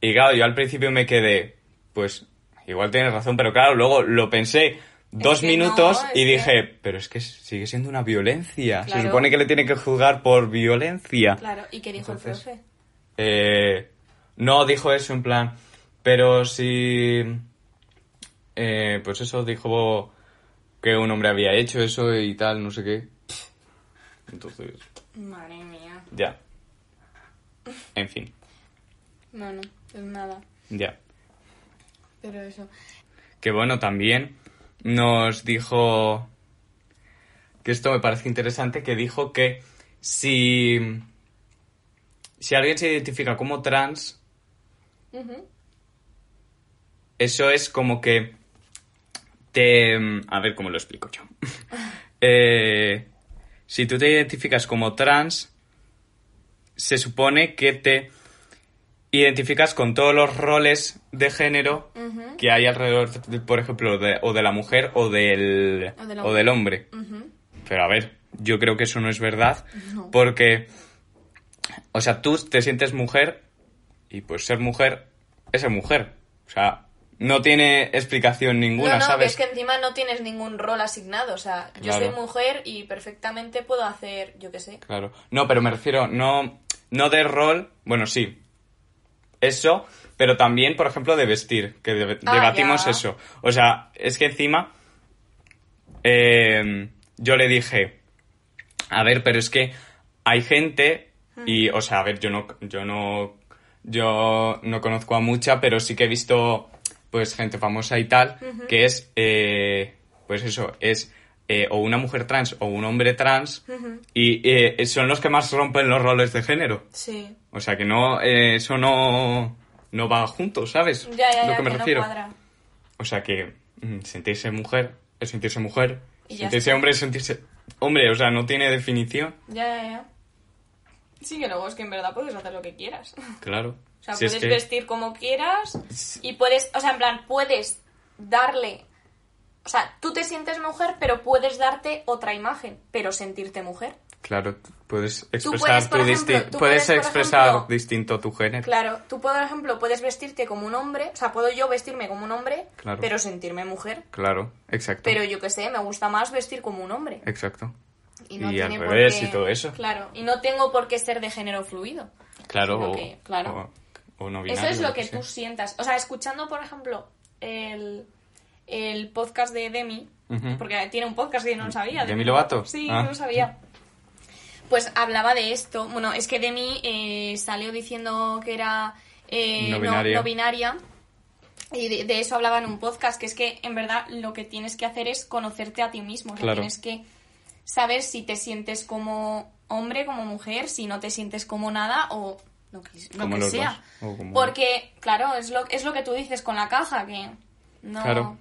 [SPEAKER 2] Y claro, yo al principio me quedé, pues igual tienes razón, pero claro, luego lo pensé dos
[SPEAKER 3] que
[SPEAKER 2] minutos
[SPEAKER 3] no, es
[SPEAKER 2] y
[SPEAKER 3] que-
[SPEAKER 2] dije, pero es que sigue siendo una violencia. Se
[SPEAKER 3] Claro.
[SPEAKER 2] supone que le tiene que juzgar por violencia.
[SPEAKER 3] Claro, ¿y qué dijo
[SPEAKER 2] Entonces-
[SPEAKER 3] el profe?
[SPEAKER 2] Eh, no dijo eso en plan, pero sí, eh, pues eso dijo que un hombre había hecho eso y tal, no sé qué. Entonces,
[SPEAKER 3] Madre mía.
[SPEAKER 2] ya. En fin,
[SPEAKER 3] Bueno, pues nada.
[SPEAKER 2] ya.
[SPEAKER 3] Pero eso.
[SPEAKER 2] Que bueno, también nos dijo que esto me parece interesante, que dijo que si, si alguien se identifica como trans,
[SPEAKER 3] Ujú.
[SPEAKER 2] Eso es como que te... A ver cómo lo explico yo. Eh, si tú te identificas como trans, se supone que te identificas con todos los roles de género
[SPEAKER 3] Ujú.
[SPEAKER 2] que hay alrededor, de- por ejemplo, de- o de la mujer o del,
[SPEAKER 3] O del
[SPEAKER 2] o del hombre.
[SPEAKER 3] Ujú.
[SPEAKER 2] Pero a ver, yo creo que eso no es verdad. Porque, o sea, tú te sientes mujer y pues ser mujer es ser mujer. O sea, no tiene explicación ninguna,
[SPEAKER 4] No, no,
[SPEAKER 2] ¿sabes?
[SPEAKER 4] es que encima no tienes ningún rol asignado. O sea, yo soy
[SPEAKER 2] Claro.
[SPEAKER 4] mujer y perfectamente puedo hacer, yo qué sé.
[SPEAKER 2] Claro. No, pero me refiero, no, no de rol, bueno, sí. Eso, pero también, por ejemplo, de vestir, que deb-
[SPEAKER 4] Ah,
[SPEAKER 2] debatimos
[SPEAKER 4] ya.
[SPEAKER 2] eso. O sea, es que encima eh, yo le dije, a ver, pero es que hay gente y, o sea, a ver, yo no, yo no, yo no conozco a mucha, pero sí que he visto, pues, gente famosa y tal, que es, eh, pues eso, es eh, o una mujer trans o un hombre trans y eh, son los que más rompen los roles de género.
[SPEAKER 4] Sí.
[SPEAKER 2] O sea que no, eh, eso no, no va junto, ¿sabes?
[SPEAKER 4] Ya, ya,
[SPEAKER 2] Lo
[SPEAKER 4] ya,
[SPEAKER 2] que me
[SPEAKER 4] que
[SPEAKER 2] refiero.
[SPEAKER 4] no cuadra.
[SPEAKER 2] O sea que mm, sentirse mujer es sentirse mujer,
[SPEAKER 4] Y ya
[SPEAKER 2] sentirse
[SPEAKER 4] está.
[SPEAKER 2] hombre es sentirse hombre, o sea, no tiene definición,
[SPEAKER 4] Ya, ya, ya.
[SPEAKER 3] Sí, que luego es que en verdad puedes hacer lo que quieras.
[SPEAKER 2] claro.
[SPEAKER 4] O sea,
[SPEAKER 2] Si es
[SPEAKER 4] puedes
[SPEAKER 2] que-
[SPEAKER 4] vestir como quieras y puedes, o sea, en plan, puedes darle, o sea, tú te sientes mujer, pero puedes darte otra imagen, pero sentirte mujer.
[SPEAKER 2] Claro, puedes
[SPEAKER 4] Tú puedes,
[SPEAKER 2] expresar
[SPEAKER 4] por
[SPEAKER 2] tu
[SPEAKER 4] ejemplo,
[SPEAKER 2] disti-
[SPEAKER 4] tú
[SPEAKER 2] puedes
[SPEAKER 4] puedes, por
[SPEAKER 2] expresar
[SPEAKER 4] ejemplo-
[SPEAKER 2] distinto tu género.
[SPEAKER 4] Claro, tú, por ejemplo, puedes vestirte como un hombre, o sea, puedo yo vestirme como un hombre,
[SPEAKER 2] Claro.
[SPEAKER 4] pero sentirme mujer.
[SPEAKER 2] Claro, exacto.
[SPEAKER 4] Pero yo qué sé, me gusta más vestir como un hombre.
[SPEAKER 2] Exacto.
[SPEAKER 4] Y, no
[SPEAKER 2] Y al
[SPEAKER 4] tiene por
[SPEAKER 2] revés
[SPEAKER 4] qué-
[SPEAKER 2] y todo eso.
[SPEAKER 4] Claro, y no tengo por qué ser de género fluido.
[SPEAKER 2] Claro,
[SPEAKER 4] Sino
[SPEAKER 2] o,
[SPEAKER 4] que, claro.
[SPEAKER 2] o- o no
[SPEAKER 4] Eso
[SPEAKER 2] binario,
[SPEAKER 4] es lo que
[SPEAKER 2] sea.
[SPEAKER 4] tú
[SPEAKER 3] sientas. O sea, escuchando, por ejemplo, el, el podcast de Demi,
[SPEAKER 2] Ujú.
[SPEAKER 3] porque tiene un podcast que yo no lo sabía.
[SPEAKER 2] ¿Demi Lovato?
[SPEAKER 3] Sí,
[SPEAKER 2] Ah.
[SPEAKER 3] no lo sabía. Pues hablaba de esto. Bueno, es que Demi eh, salió diciendo que era eh,
[SPEAKER 2] No
[SPEAKER 3] no
[SPEAKER 2] binaria.
[SPEAKER 3] no binaria. Y de, de eso hablaba en un podcast, que es que en verdad lo que tienes que hacer es conocerte a ti mismo. O sea,
[SPEAKER 2] Claro.
[SPEAKER 3] Tienes que saber si te sientes como hombre, como mujer, si no te sientes como nada o lo que, lo
[SPEAKER 2] Como
[SPEAKER 3] que
[SPEAKER 2] los
[SPEAKER 3] sea.
[SPEAKER 2] dos, o como-
[SPEAKER 3] Porque, claro, es lo, es lo que tú dices con la caja, que no,
[SPEAKER 2] Claro.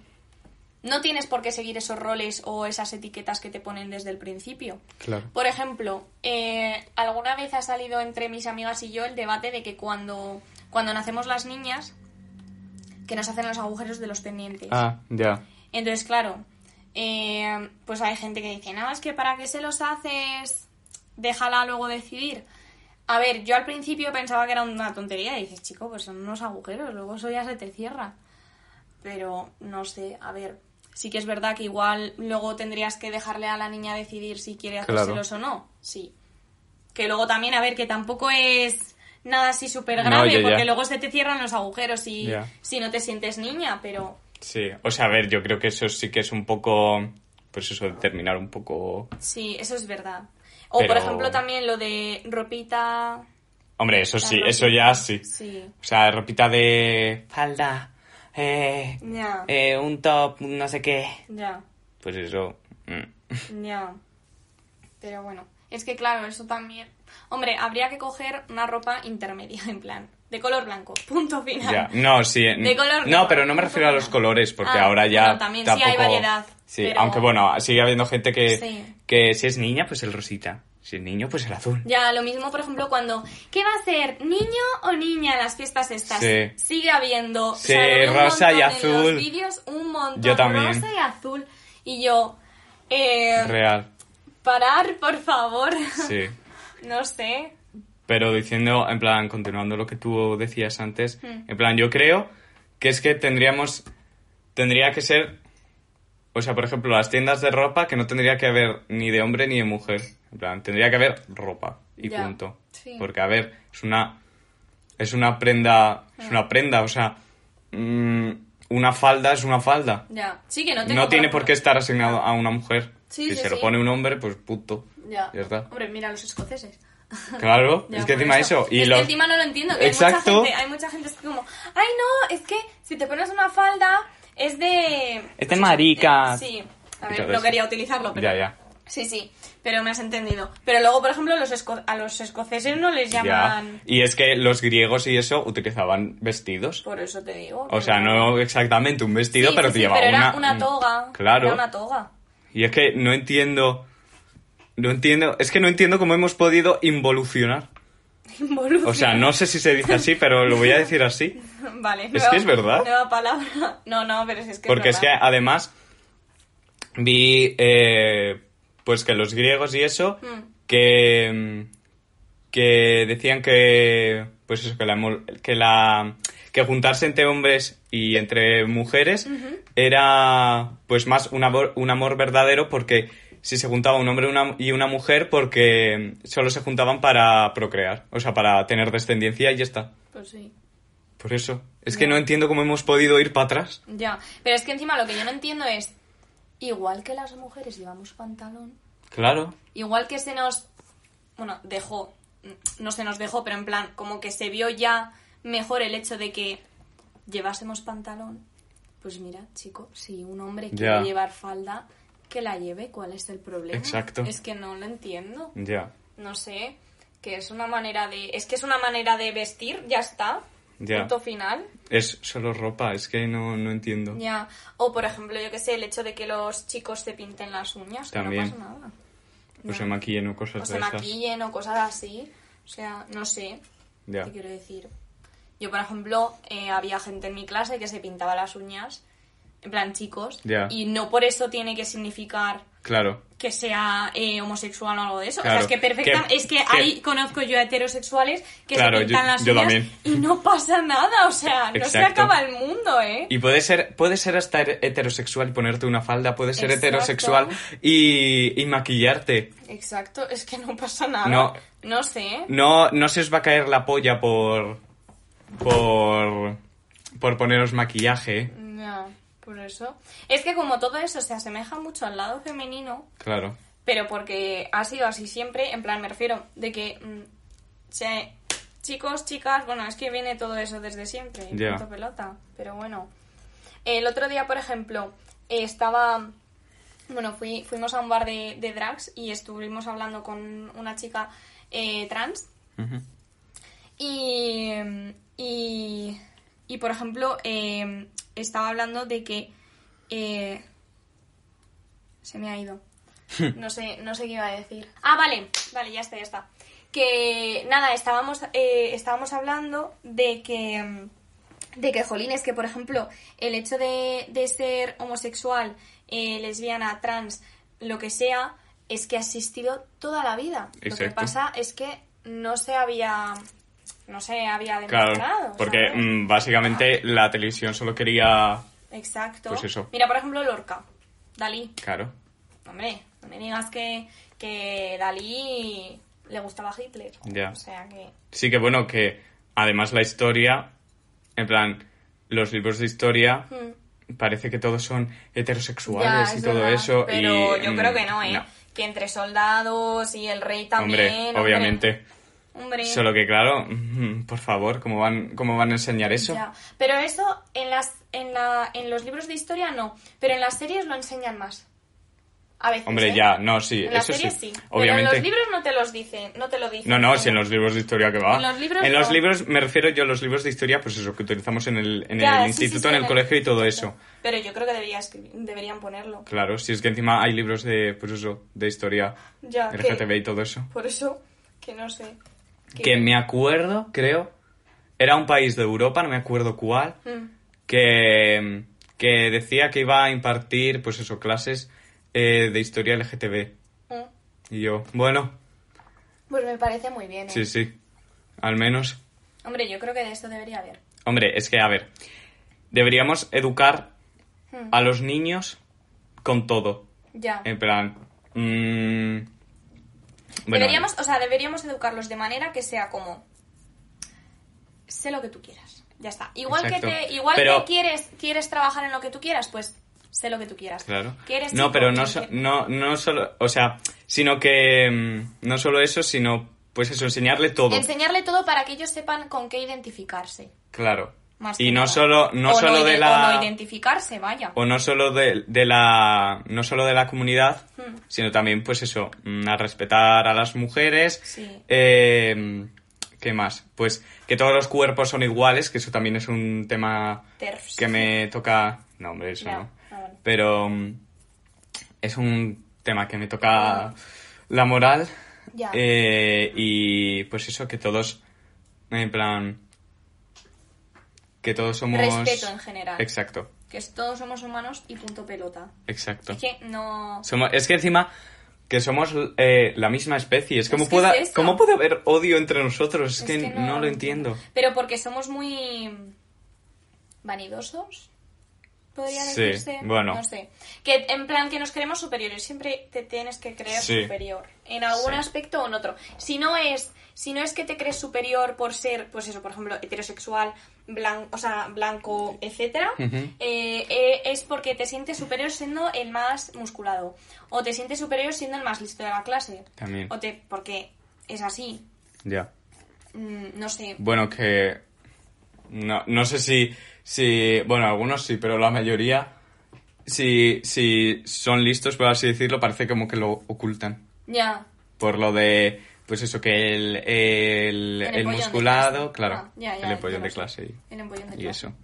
[SPEAKER 3] no tienes por qué seguir esos roles o esas etiquetas que te ponen desde el principio.
[SPEAKER 2] Claro.
[SPEAKER 3] Por ejemplo, eh, alguna vez ha salido entre mis amigas y yo el debate de que cuando, cuando nacemos las niñas, que nos hacen los agujeros de los pendientes.
[SPEAKER 2] Ah, ya.
[SPEAKER 3] Entonces, claro, eh, pues hay gente que dice, no, es que para qué se los haces, déjala luego decidir. A ver, yo al principio pensaba que era una tontería y dices, chico, pues son unos agujeros, luego eso ya se te cierra. Pero no sé, a ver, sí que es verdad que igual luego tendrías que dejarle a la niña decidir si quiere
[SPEAKER 2] Claro.
[SPEAKER 3] hacérselos o no. Sí. Que luego también, a ver, que tampoco es nada así súper
[SPEAKER 2] No,
[SPEAKER 3] grave,
[SPEAKER 2] ya, ya.
[SPEAKER 3] porque luego se te cierran los agujeros y
[SPEAKER 2] Ya.
[SPEAKER 3] si no te sientes niña, pero
[SPEAKER 2] Sí, o sea, a ver, yo creo que eso sí que es un poco, pues eso, determinar un poco...
[SPEAKER 3] Sí, eso es verdad. O
[SPEAKER 2] Pero-
[SPEAKER 3] por ejemplo también lo de ropita.
[SPEAKER 2] Hombre, eso
[SPEAKER 3] la
[SPEAKER 2] sí,
[SPEAKER 3] ropita.
[SPEAKER 2] eso ya sí.
[SPEAKER 3] Sí.
[SPEAKER 2] O sea, ropita de... Falda, eh,
[SPEAKER 3] Ya.
[SPEAKER 2] eh, un top, no sé qué.
[SPEAKER 3] Ya.
[SPEAKER 2] Pues eso... mm.
[SPEAKER 3] Ya. Pero bueno, es que claro, eso también. Hombre, habría que coger una ropa intermedia, en plan, de color blanco. Punto final.
[SPEAKER 2] Ya, no, sí.
[SPEAKER 3] De color
[SPEAKER 2] no,
[SPEAKER 3] rojo.
[SPEAKER 2] pero no me refiero a los colores, porque
[SPEAKER 3] Ah,
[SPEAKER 2] ahora ya.
[SPEAKER 3] bueno, también sí hay variedad,
[SPEAKER 2] Sí,
[SPEAKER 3] pero-
[SPEAKER 2] aunque bueno, sigue habiendo gente que,
[SPEAKER 3] Sí.
[SPEAKER 2] que si es niña, pues el rosita. Si es niño, pues el azul.
[SPEAKER 3] Ya, lo mismo, por ejemplo, cuando ¿qué va a ser? ¿Niño o niña en las fiestas estas?
[SPEAKER 2] Sí.
[SPEAKER 3] Sigue habiendo.
[SPEAKER 2] Sí,
[SPEAKER 3] lo veo un
[SPEAKER 2] rosa y
[SPEAKER 3] montón En
[SPEAKER 2] azul.
[SPEAKER 3] los vídeos, un montón.
[SPEAKER 2] Yo también.
[SPEAKER 3] Rosa y azul. Y yo. Eh,
[SPEAKER 2] Real.
[SPEAKER 3] parar, por favor.
[SPEAKER 2] Sí.
[SPEAKER 3] No sé.
[SPEAKER 2] Pero diciendo, en plan, continuando lo que tú decías antes,
[SPEAKER 3] Hmm.
[SPEAKER 2] en plan, yo creo que es que tendríamos, tendría que ser, o sea, por ejemplo, las tiendas de ropa que no tendría que haber ni de hombre ni de mujer. En plan, tendría que haber ropa y
[SPEAKER 3] Ya,
[SPEAKER 2] punto.
[SPEAKER 3] sí.
[SPEAKER 2] Porque, a ver, es una, es una prenda, es
[SPEAKER 3] Ah.
[SPEAKER 2] una prenda, o sea, mm, una falda es una falda.
[SPEAKER 3] Ya. Sí, que no tengo
[SPEAKER 2] No tiene por qué estar asignado a una mujer.
[SPEAKER 3] Sí,
[SPEAKER 2] si
[SPEAKER 3] sí,
[SPEAKER 2] se lo
[SPEAKER 3] sí.
[SPEAKER 2] pone un hombre, pues punto.
[SPEAKER 3] Ya.
[SPEAKER 2] Ya está.
[SPEAKER 3] Hombre, mira a los escoceses.
[SPEAKER 2] Claro,
[SPEAKER 3] Ya,
[SPEAKER 2] es que
[SPEAKER 3] por
[SPEAKER 2] encima eso. Y
[SPEAKER 3] es
[SPEAKER 2] los-
[SPEAKER 3] que encima no lo entiendo. Que
[SPEAKER 2] Exacto.
[SPEAKER 3] Hay mucha gente, hay mucha gente que como, ay no, es que si te pones una falda es de...
[SPEAKER 2] Es de maricas.
[SPEAKER 3] Sí. A
[SPEAKER 2] Y todo eso.
[SPEAKER 3] ver, no quería utilizarlo, pero...
[SPEAKER 2] Ya, ya.
[SPEAKER 3] Sí, sí, pero me has entendido. Pero luego, por ejemplo, los esco- a los escoceses no les llaman...
[SPEAKER 2] Ya. Y es que los griegos y eso utilizaban vestidos.
[SPEAKER 3] Por eso te digo.
[SPEAKER 2] O sea, no exactamente un
[SPEAKER 3] Sí,
[SPEAKER 2] vestido,
[SPEAKER 3] sí,
[SPEAKER 2] pero te
[SPEAKER 3] sí,
[SPEAKER 2] llevaba
[SPEAKER 3] pero
[SPEAKER 2] una,
[SPEAKER 3] era una toga.
[SPEAKER 2] Claro.
[SPEAKER 3] Era una toga.
[SPEAKER 2] Y es que no entiendo. No entiendo. Es que no entiendo cómo hemos podido involucionar.
[SPEAKER 3] Involución.
[SPEAKER 2] O sea, no sé si se dice así, pero lo voy a decir así.
[SPEAKER 3] Vale.
[SPEAKER 2] Es que es verdad.
[SPEAKER 3] Nueva palabra. No, no, pero es que
[SPEAKER 2] Porque
[SPEAKER 3] es,
[SPEAKER 2] es que
[SPEAKER 3] verdad.
[SPEAKER 2] además vi eh, pues que los griegos y eso que, mm, que decían que pues eso que la mol- que la que juntarse entre hombres y entre mujeres era pues más un amor, un amor verdadero porque si se juntaba un hombre una- y una mujer porque mm, solo se juntaban para procrear, o sea, para tener descendencia y ya está.
[SPEAKER 3] Pues sí.
[SPEAKER 2] Por eso. Es que no entiendo cómo hemos podido ir para atrás.
[SPEAKER 3] Ya, pero es que encima lo que yo no entiendo es, igual que las mujeres llevamos pantalón,
[SPEAKER 2] Claro.
[SPEAKER 3] igual que se nos, bueno, dejó, mm, no se nos dejó, pero en plan, como que se vio ya mejor el hecho de que llevásemos pantalón, pues mira, chico, si un hombre quiere
[SPEAKER 2] Ya.
[SPEAKER 3] llevar falda, que la lleve, ¿cuál es el problema?
[SPEAKER 2] Exacto.
[SPEAKER 3] Es que no lo entiendo,
[SPEAKER 2] Ya.
[SPEAKER 3] no sé, que es una manera de, es que es una manera de vestir, ya está,
[SPEAKER 2] Ya.
[SPEAKER 3] punto final.
[SPEAKER 2] Es solo ropa, es que no, no entiendo.
[SPEAKER 3] Ya, o por ejemplo, yo que sé, el hecho de que los chicos se pinten las uñas,
[SPEAKER 2] También.
[SPEAKER 3] que no pasa nada.
[SPEAKER 2] O se maquillen o
[SPEAKER 3] O
[SPEAKER 2] cosas
[SPEAKER 3] se
[SPEAKER 2] de esas.
[SPEAKER 3] maquillen o cosas así. O sea, no sé,
[SPEAKER 2] Ya.
[SPEAKER 3] te quiero decir. Yo, por ejemplo, eh, había gente en mi clase que se pintaba las uñas, en plan chicos,
[SPEAKER 2] Ya.
[SPEAKER 3] y no por eso tiene que significar
[SPEAKER 2] Claro.
[SPEAKER 3] que sea eh, homosexual o algo de eso.
[SPEAKER 2] Claro,
[SPEAKER 3] O sea, es que perfecta,
[SPEAKER 2] que-
[SPEAKER 3] es que
[SPEAKER 2] que-
[SPEAKER 3] ahí conozco yo a heterosexuales que
[SPEAKER 2] Claro,
[SPEAKER 3] se pintan
[SPEAKER 2] yo-
[SPEAKER 3] las
[SPEAKER 2] yo
[SPEAKER 3] uñas
[SPEAKER 2] también.
[SPEAKER 3] y no pasa nada, o sea, no se
[SPEAKER 2] Exacto.
[SPEAKER 3] acaba el mundo, ¿eh?
[SPEAKER 2] Y puede ser, puede ser hasta he- heterosexual y ponerte una falda, puede ser
[SPEAKER 3] Exacto.
[SPEAKER 2] heterosexual y, y maquillarte.
[SPEAKER 3] Exacto, es que no pasa nada.
[SPEAKER 2] No.
[SPEAKER 3] No sé.
[SPEAKER 2] No, no se os va a caer la polla por. por. por poneros maquillaje, ¿eh?
[SPEAKER 3] Ya, por eso. Es que como todo eso se asemeja mucho al lado femenino,
[SPEAKER 2] Claro.
[SPEAKER 3] pero porque ha sido así siempre, en plan me refiero, de que mm, se- chicos, chicas, bueno, es que viene todo eso desde siempre, y
[SPEAKER 2] Ya.
[SPEAKER 3] punto pelota, pero bueno. El otro día, por ejemplo, eh, estaba, bueno, fui, fuimos a un bar de, de drags y estuvimos hablando con una chica eh, trans
[SPEAKER 2] Ujú.
[SPEAKER 3] y, y, y, por ejemplo, eh, estaba hablando de que... eh, se me ha ido. No sé, no sé qué iba a decir. Ah, vale, vale, ya está, ya está. Que nada, estábamos, eh, estábamos hablando de que... mm, De que, jolín, es que, por ejemplo, el hecho de, de ser homosexual, eh, lesbiana, trans, lo que sea, es que ha existido toda la vida. Lo que
[SPEAKER 2] Exacto.
[SPEAKER 3] pasa es que no se había no se había demostrado.
[SPEAKER 2] Claro. Porque
[SPEAKER 3] ¿sabes?
[SPEAKER 2] mm, básicamente la televisión solo quería.
[SPEAKER 3] Exacto.
[SPEAKER 2] pues eso.
[SPEAKER 3] Mira, por ejemplo, Lorca. Dalí.
[SPEAKER 2] Claro.
[SPEAKER 3] Hombre, no me digas que, que Dalí le gustaba Hitler.
[SPEAKER 2] Ya.
[SPEAKER 3] O sea que...
[SPEAKER 2] Sí que bueno, que además la historia, en plan, los libros de historia, parece que todos son
[SPEAKER 3] Mm. Ya,
[SPEAKER 2] heterosexuales y
[SPEAKER 3] es
[SPEAKER 2] todo
[SPEAKER 3] verdad,
[SPEAKER 2] eso.
[SPEAKER 3] Pero
[SPEAKER 2] y,
[SPEAKER 3] yo
[SPEAKER 2] mm,
[SPEAKER 3] creo que no, ¿eh? Que entre soldados y el rey también...
[SPEAKER 2] Hombre, obviamente.
[SPEAKER 3] Hombre.
[SPEAKER 2] Solo que claro, mm, por favor, ¿cómo van, cómo van a enseñar eso?
[SPEAKER 3] Ya. Pero eso en, las, en, la, en los libros de historia no, pero en las series lo enseñan más. A veces.
[SPEAKER 2] Hombre,
[SPEAKER 3] ¿eh?
[SPEAKER 2] ya, no, sí,
[SPEAKER 3] En las
[SPEAKER 2] eso
[SPEAKER 3] series
[SPEAKER 2] sí.
[SPEAKER 3] sí.
[SPEAKER 2] Obviamente.
[SPEAKER 3] Pero en los libros no te los dicen. No, te lo dicen ¿eh?
[SPEAKER 2] No, no,
[SPEAKER 3] Como-
[SPEAKER 2] si en los libros de historia que va.
[SPEAKER 3] En los libros
[SPEAKER 2] En los
[SPEAKER 3] no.
[SPEAKER 2] libros, me refiero yo a los libros de historia, pues eso, que utilizamos en el, en
[SPEAKER 3] Ya,
[SPEAKER 2] el
[SPEAKER 3] sí, sí,
[SPEAKER 2] instituto,
[SPEAKER 3] sí,
[SPEAKER 2] en el colegio y todo eso.
[SPEAKER 3] Pero yo creo que debería escribir- deberían ponerlo.
[SPEAKER 2] Claro, si es que encima hay libros de, pues eso, de historia,
[SPEAKER 3] Ya, que-
[SPEAKER 2] LGTB y todo eso.
[SPEAKER 3] Por eso, que no sé. Que-
[SPEAKER 2] que me acuerdo, creo, era un país de Europa, no me acuerdo cuál,
[SPEAKER 3] Mm,
[SPEAKER 2] que, que decía que iba a impartir, pues eso, clases eh, de historia LGTB.
[SPEAKER 3] Mm.
[SPEAKER 2] Y yo, bueno,
[SPEAKER 3] Pues me parece muy bien. ¿eh?
[SPEAKER 2] sí, sí. al menos.
[SPEAKER 3] Hombre, yo creo que de esto debería haber.
[SPEAKER 2] Hombre, es que, a ver, deberíamos educar
[SPEAKER 3] Hmm.
[SPEAKER 2] a los niños con todo.
[SPEAKER 3] Ya.
[SPEAKER 2] En plan... mm, bueno,
[SPEAKER 3] deberíamos, o sea, deberíamos educarlos de manera que sea como sé lo que tú quieras. Ya está. Igual
[SPEAKER 2] Exacto.
[SPEAKER 3] que te, igual
[SPEAKER 2] Pero-
[SPEAKER 3] que quieres quieres trabajar en lo que tú quieras, pues sé lo que tú quieras.
[SPEAKER 2] Claro.
[SPEAKER 3] Quieres
[SPEAKER 2] no,
[SPEAKER 3] chico,
[SPEAKER 2] pero no,
[SPEAKER 3] quieres-
[SPEAKER 2] so- no, no solo, o sea, sino que mm, no solo eso, sino pues eso, enseñarle todo.
[SPEAKER 3] enseñarle todo para que ellos sepan con qué identificarse.
[SPEAKER 2] claro.
[SPEAKER 3] Más
[SPEAKER 2] Y
[SPEAKER 3] que
[SPEAKER 2] no
[SPEAKER 3] nada.
[SPEAKER 2] solo, no
[SPEAKER 3] O
[SPEAKER 2] solo de
[SPEAKER 3] ide- o no
[SPEAKER 2] la
[SPEAKER 3] identificarse, vaya.
[SPEAKER 2] o no solo de, de la no solo de la comunidad,
[SPEAKER 3] Hmm.
[SPEAKER 2] sino también pues eso, mm, a respetar a las mujeres.
[SPEAKER 3] Sí.
[SPEAKER 2] Eh, ¿Qué más? Pues que todos los cuerpos son iguales, que eso también es un tema
[SPEAKER 3] Terfs.
[SPEAKER 2] que me toca. No, hombre, eso
[SPEAKER 3] Ya,
[SPEAKER 2] no.
[SPEAKER 3] ah, vale.
[SPEAKER 2] Pero mm, es un tema que me toca la moral.
[SPEAKER 3] Ah. Ya.
[SPEAKER 2] Eh, y pues eso, que todos. En plan. Que todos somos.
[SPEAKER 3] Respeto en general.
[SPEAKER 2] Exacto,
[SPEAKER 3] Que es- todos somos humanos y punto pelota.
[SPEAKER 2] exacto.
[SPEAKER 3] Es que no
[SPEAKER 2] Somos- es que encima. Que somos eh, la misma especie. Es como
[SPEAKER 3] que
[SPEAKER 2] pueda,
[SPEAKER 3] es eso.
[SPEAKER 2] ¿Cómo puede haber odio entre nosotros? Es,
[SPEAKER 3] Es
[SPEAKER 2] que, no, lo entiendo.
[SPEAKER 3] Pero porque somos muy vanidosos, podría
[SPEAKER 2] Sí,
[SPEAKER 3] decirse.
[SPEAKER 2] bueno.
[SPEAKER 3] No sé. Que en plan que nos creemos superiores, siempre te tienes que creer
[SPEAKER 2] Sí.
[SPEAKER 3] superior. En algún
[SPEAKER 2] Sí.
[SPEAKER 3] aspecto o en otro. Si no es, si no es que te crees superior por ser, pues eso, por ejemplo, heterosexual, blanco, o sea, blanco, etcétera, eh, eh, es porque te sientes superior siendo el más musculado. O te sientes superior siendo el más listo de la clase.
[SPEAKER 2] También.
[SPEAKER 3] O te, porque es así.
[SPEAKER 2] Ya.
[SPEAKER 3] Mm, No sé.
[SPEAKER 2] Bueno, que. No, no sé si, si. Bueno, algunos sí, pero la mayoría. Si, si son listos, por así decirlo, parece como que lo ocultan.
[SPEAKER 3] Ya.
[SPEAKER 2] Por lo de. Pues eso, que el. El, el
[SPEAKER 3] El empollón de
[SPEAKER 2] musculado,
[SPEAKER 3] clase.
[SPEAKER 2] claro.
[SPEAKER 3] Ah, ya, ya,
[SPEAKER 2] el
[SPEAKER 3] ya
[SPEAKER 2] empollón
[SPEAKER 3] lo
[SPEAKER 2] de
[SPEAKER 3] sé.
[SPEAKER 2] clase y,
[SPEAKER 3] El empollón de
[SPEAKER 2] y
[SPEAKER 3] clase.
[SPEAKER 2] eso.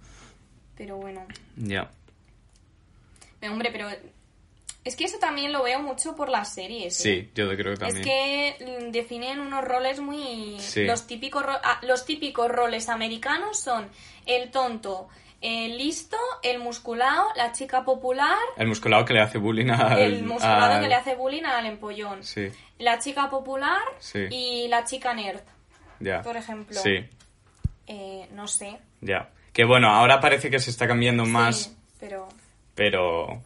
[SPEAKER 3] Pero bueno.
[SPEAKER 2] Ya.
[SPEAKER 3] Eh, Hombre, pero. Es que eso también lo veo mucho por las series. ¿eh?
[SPEAKER 2] Sí, yo creo que
[SPEAKER 3] Es
[SPEAKER 2] también.
[SPEAKER 3] que mm, definen unos roles muy.
[SPEAKER 2] Sí.
[SPEAKER 3] Los, típicos ro- ah, los típicos roles americanos son el tonto, el listo, el musculado, la chica popular,
[SPEAKER 2] El musculado que le hace bullying al.
[SPEAKER 3] el musculado
[SPEAKER 2] al-
[SPEAKER 3] que le hace bullying al empollón,
[SPEAKER 2] Sí,
[SPEAKER 3] la chica popular
[SPEAKER 2] Sí.
[SPEAKER 3] y la chica nerd.
[SPEAKER 2] ya.
[SPEAKER 3] Por ejemplo.
[SPEAKER 2] Sí,
[SPEAKER 3] Eh, no sé.
[SPEAKER 2] ya. Que bueno, ahora parece que se está cambiando
[SPEAKER 3] Sí,
[SPEAKER 2] más,
[SPEAKER 3] pero.
[SPEAKER 2] pero.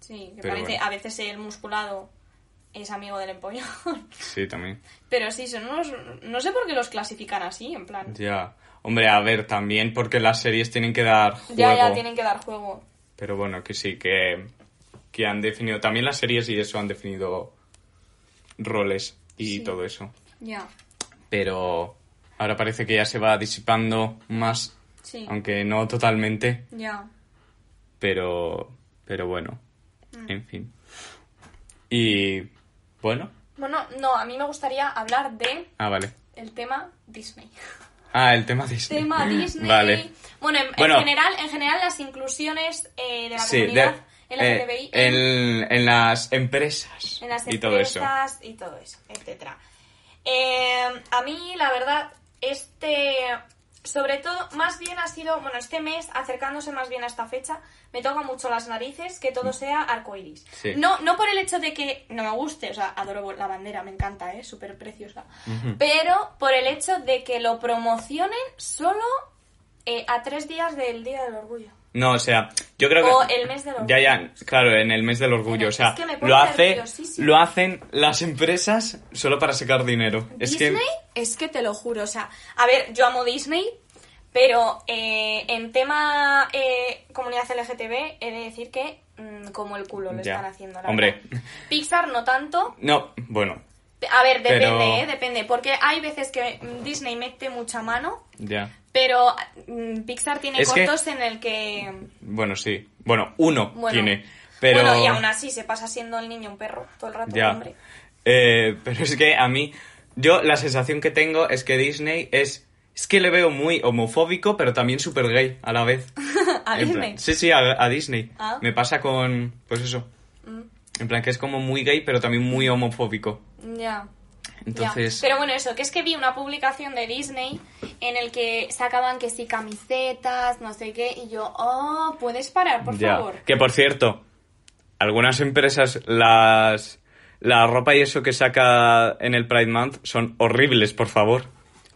[SPEAKER 3] Sí, que
[SPEAKER 2] Pero
[SPEAKER 3] parece.
[SPEAKER 2] bueno.
[SPEAKER 3] A veces el musculado es amigo del empollón.
[SPEAKER 2] Sí, también.
[SPEAKER 3] Pero sí, son unos... No sé por qué los clasifican así, en plan.
[SPEAKER 2] Ya. Hombre, a ver, también porque las series tienen que dar juego.
[SPEAKER 3] Ya, ya, tienen que dar juego.
[SPEAKER 2] Pero bueno, que sí, que, que han definido. También las series y eso han definido roles y todo eso.
[SPEAKER 3] Ya,
[SPEAKER 2] Pero ahora parece que ya se va disipando más.
[SPEAKER 3] sí,
[SPEAKER 2] Aunque no totalmente.
[SPEAKER 3] ya.
[SPEAKER 2] Pero. Pero bueno.
[SPEAKER 3] Ah.
[SPEAKER 2] En fin. Y. Bueno.
[SPEAKER 3] Bueno, no, a mí me gustaría hablar de
[SPEAKER 2] Ah, vale.
[SPEAKER 3] el tema Disney.
[SPEAKER 2] Ah, el tema Disney.
[SPEAKER 3] tema Disney.
[SPEAKER 2] Vale.
[SPEAKER 3] Bueno, en, en
[SPEAKER 2] Bueno.
[SPEAKER 3] general, en general las inclusiones eh, de la
[SPEAKER 2] Sí, de-
[SPEAKER 3] comunidad
[SPEAKER 2] eh,
[SPEAKER 3] LGTBI
[SPEAKER 2] en, en las empresas.
[SPEAKER 3] en las
[SPEAKER 2] y todo eso.
[SPEAKER 3] empresas y todo eso, etcétera. Eh, a mí, la verdad, este, sobre todo, más bien ha sido, bueno, este mes, acercándose más bien a esta fecha, me toca mucho las narices que todo sea arcoiris.
[SPEAKER 2] Mm. Sí.
[SPEAKER 3] No, no por el hecho de que no me guste, o sea, adoro la bandera, me encanta, es súper preciosa, pero por el hecho de que lo promocionen solo eh, a tres días del Día del Orgullo.
[SPEAKER 2] No, o sea, yo creo que.
[SPEAKER 3] O el mes del
[SPEAKER 2] Ya, ya, claro, en el mes del orgullo.
[SPEAKER 3] Bueno,
[SPEAKER 2] o sea,
[SPEAKER 3] es que me pone
[SPEAKER 2] lo, hace,
[SPEAKER 3] nerviosísima.
[SPEAKER 2] lo hacen las empresas solo para sacar dinero. Es que.
[SPEAKER 3] Disney es que te lo juro, o sea, a ver, yo amo Disney, pero eh, en tema eh, comunidad LGTB he de decir que mm, como el culo lo
[SPEAKER 2] Ya.
[SPEAKER 3] están haciendo. La
[SPEAKER 2] Hombre.
[SPEAKER 3] verdad. Pixar no tanto.
[SPEAKER 2] No, bueno,
[SPEAKER 3] A ver, depende,
[SPEAKER 2] Pero-
[SPEAKER 3] eh, depende, porque hay veces que mm, Disney mete mucha mano,
[SPEAKER 2] ya.
[SPEAKER 3] pero mm, Pixar tiene
[SPEAKER 2] Es que-
[SPEAKER 3] cortos en el que
[SPEAKER 2] Bueno, sí. Bueno, uno
[SPEAKER 3] bueno,
[SPEAKER 2] tiene. Pero.
[SPEAKER 3] bueno, y aún así se pasa siendo el niño un perro todo el rato,
[SPEAKER 2] Ya.
[SPEAKER 3] hombre.
[SPEAKER 2] Eh, pero es que a mí. Yo la sensación que tengo es que Disney es. Es que le veo muy homofóbico, pero también súper gay a la vez.
[SPEAKER 3] A
[SPEAKER 2] En plan-
[SPEAKER 3] Disney.
[SPEAKER 2] sí, sí, a, a Disney.
[SPEAKER 3] Ah. Mm.
[SPEAKER 2] Me pasa con. Pues eso. En plan, que es como muy gay, pero también muy homofóbico.
[SPEAKER 3] Ya. Ya,
[SPEAKER 2] Entonces.
[SPEAKER 3] Pero bueno, eso, que es que vi una publicación de Disney en el que sacaban que sí camisetas, no sé qué, y yo, oh, puedes parar, por
[SPEAKER 2] Ya.
[SPEAKER 3] favor.
[SPEAKER 2] Que por cierto, algunas empresas las. La ropa y eso que saca en el Pride Month son horribles, por favor.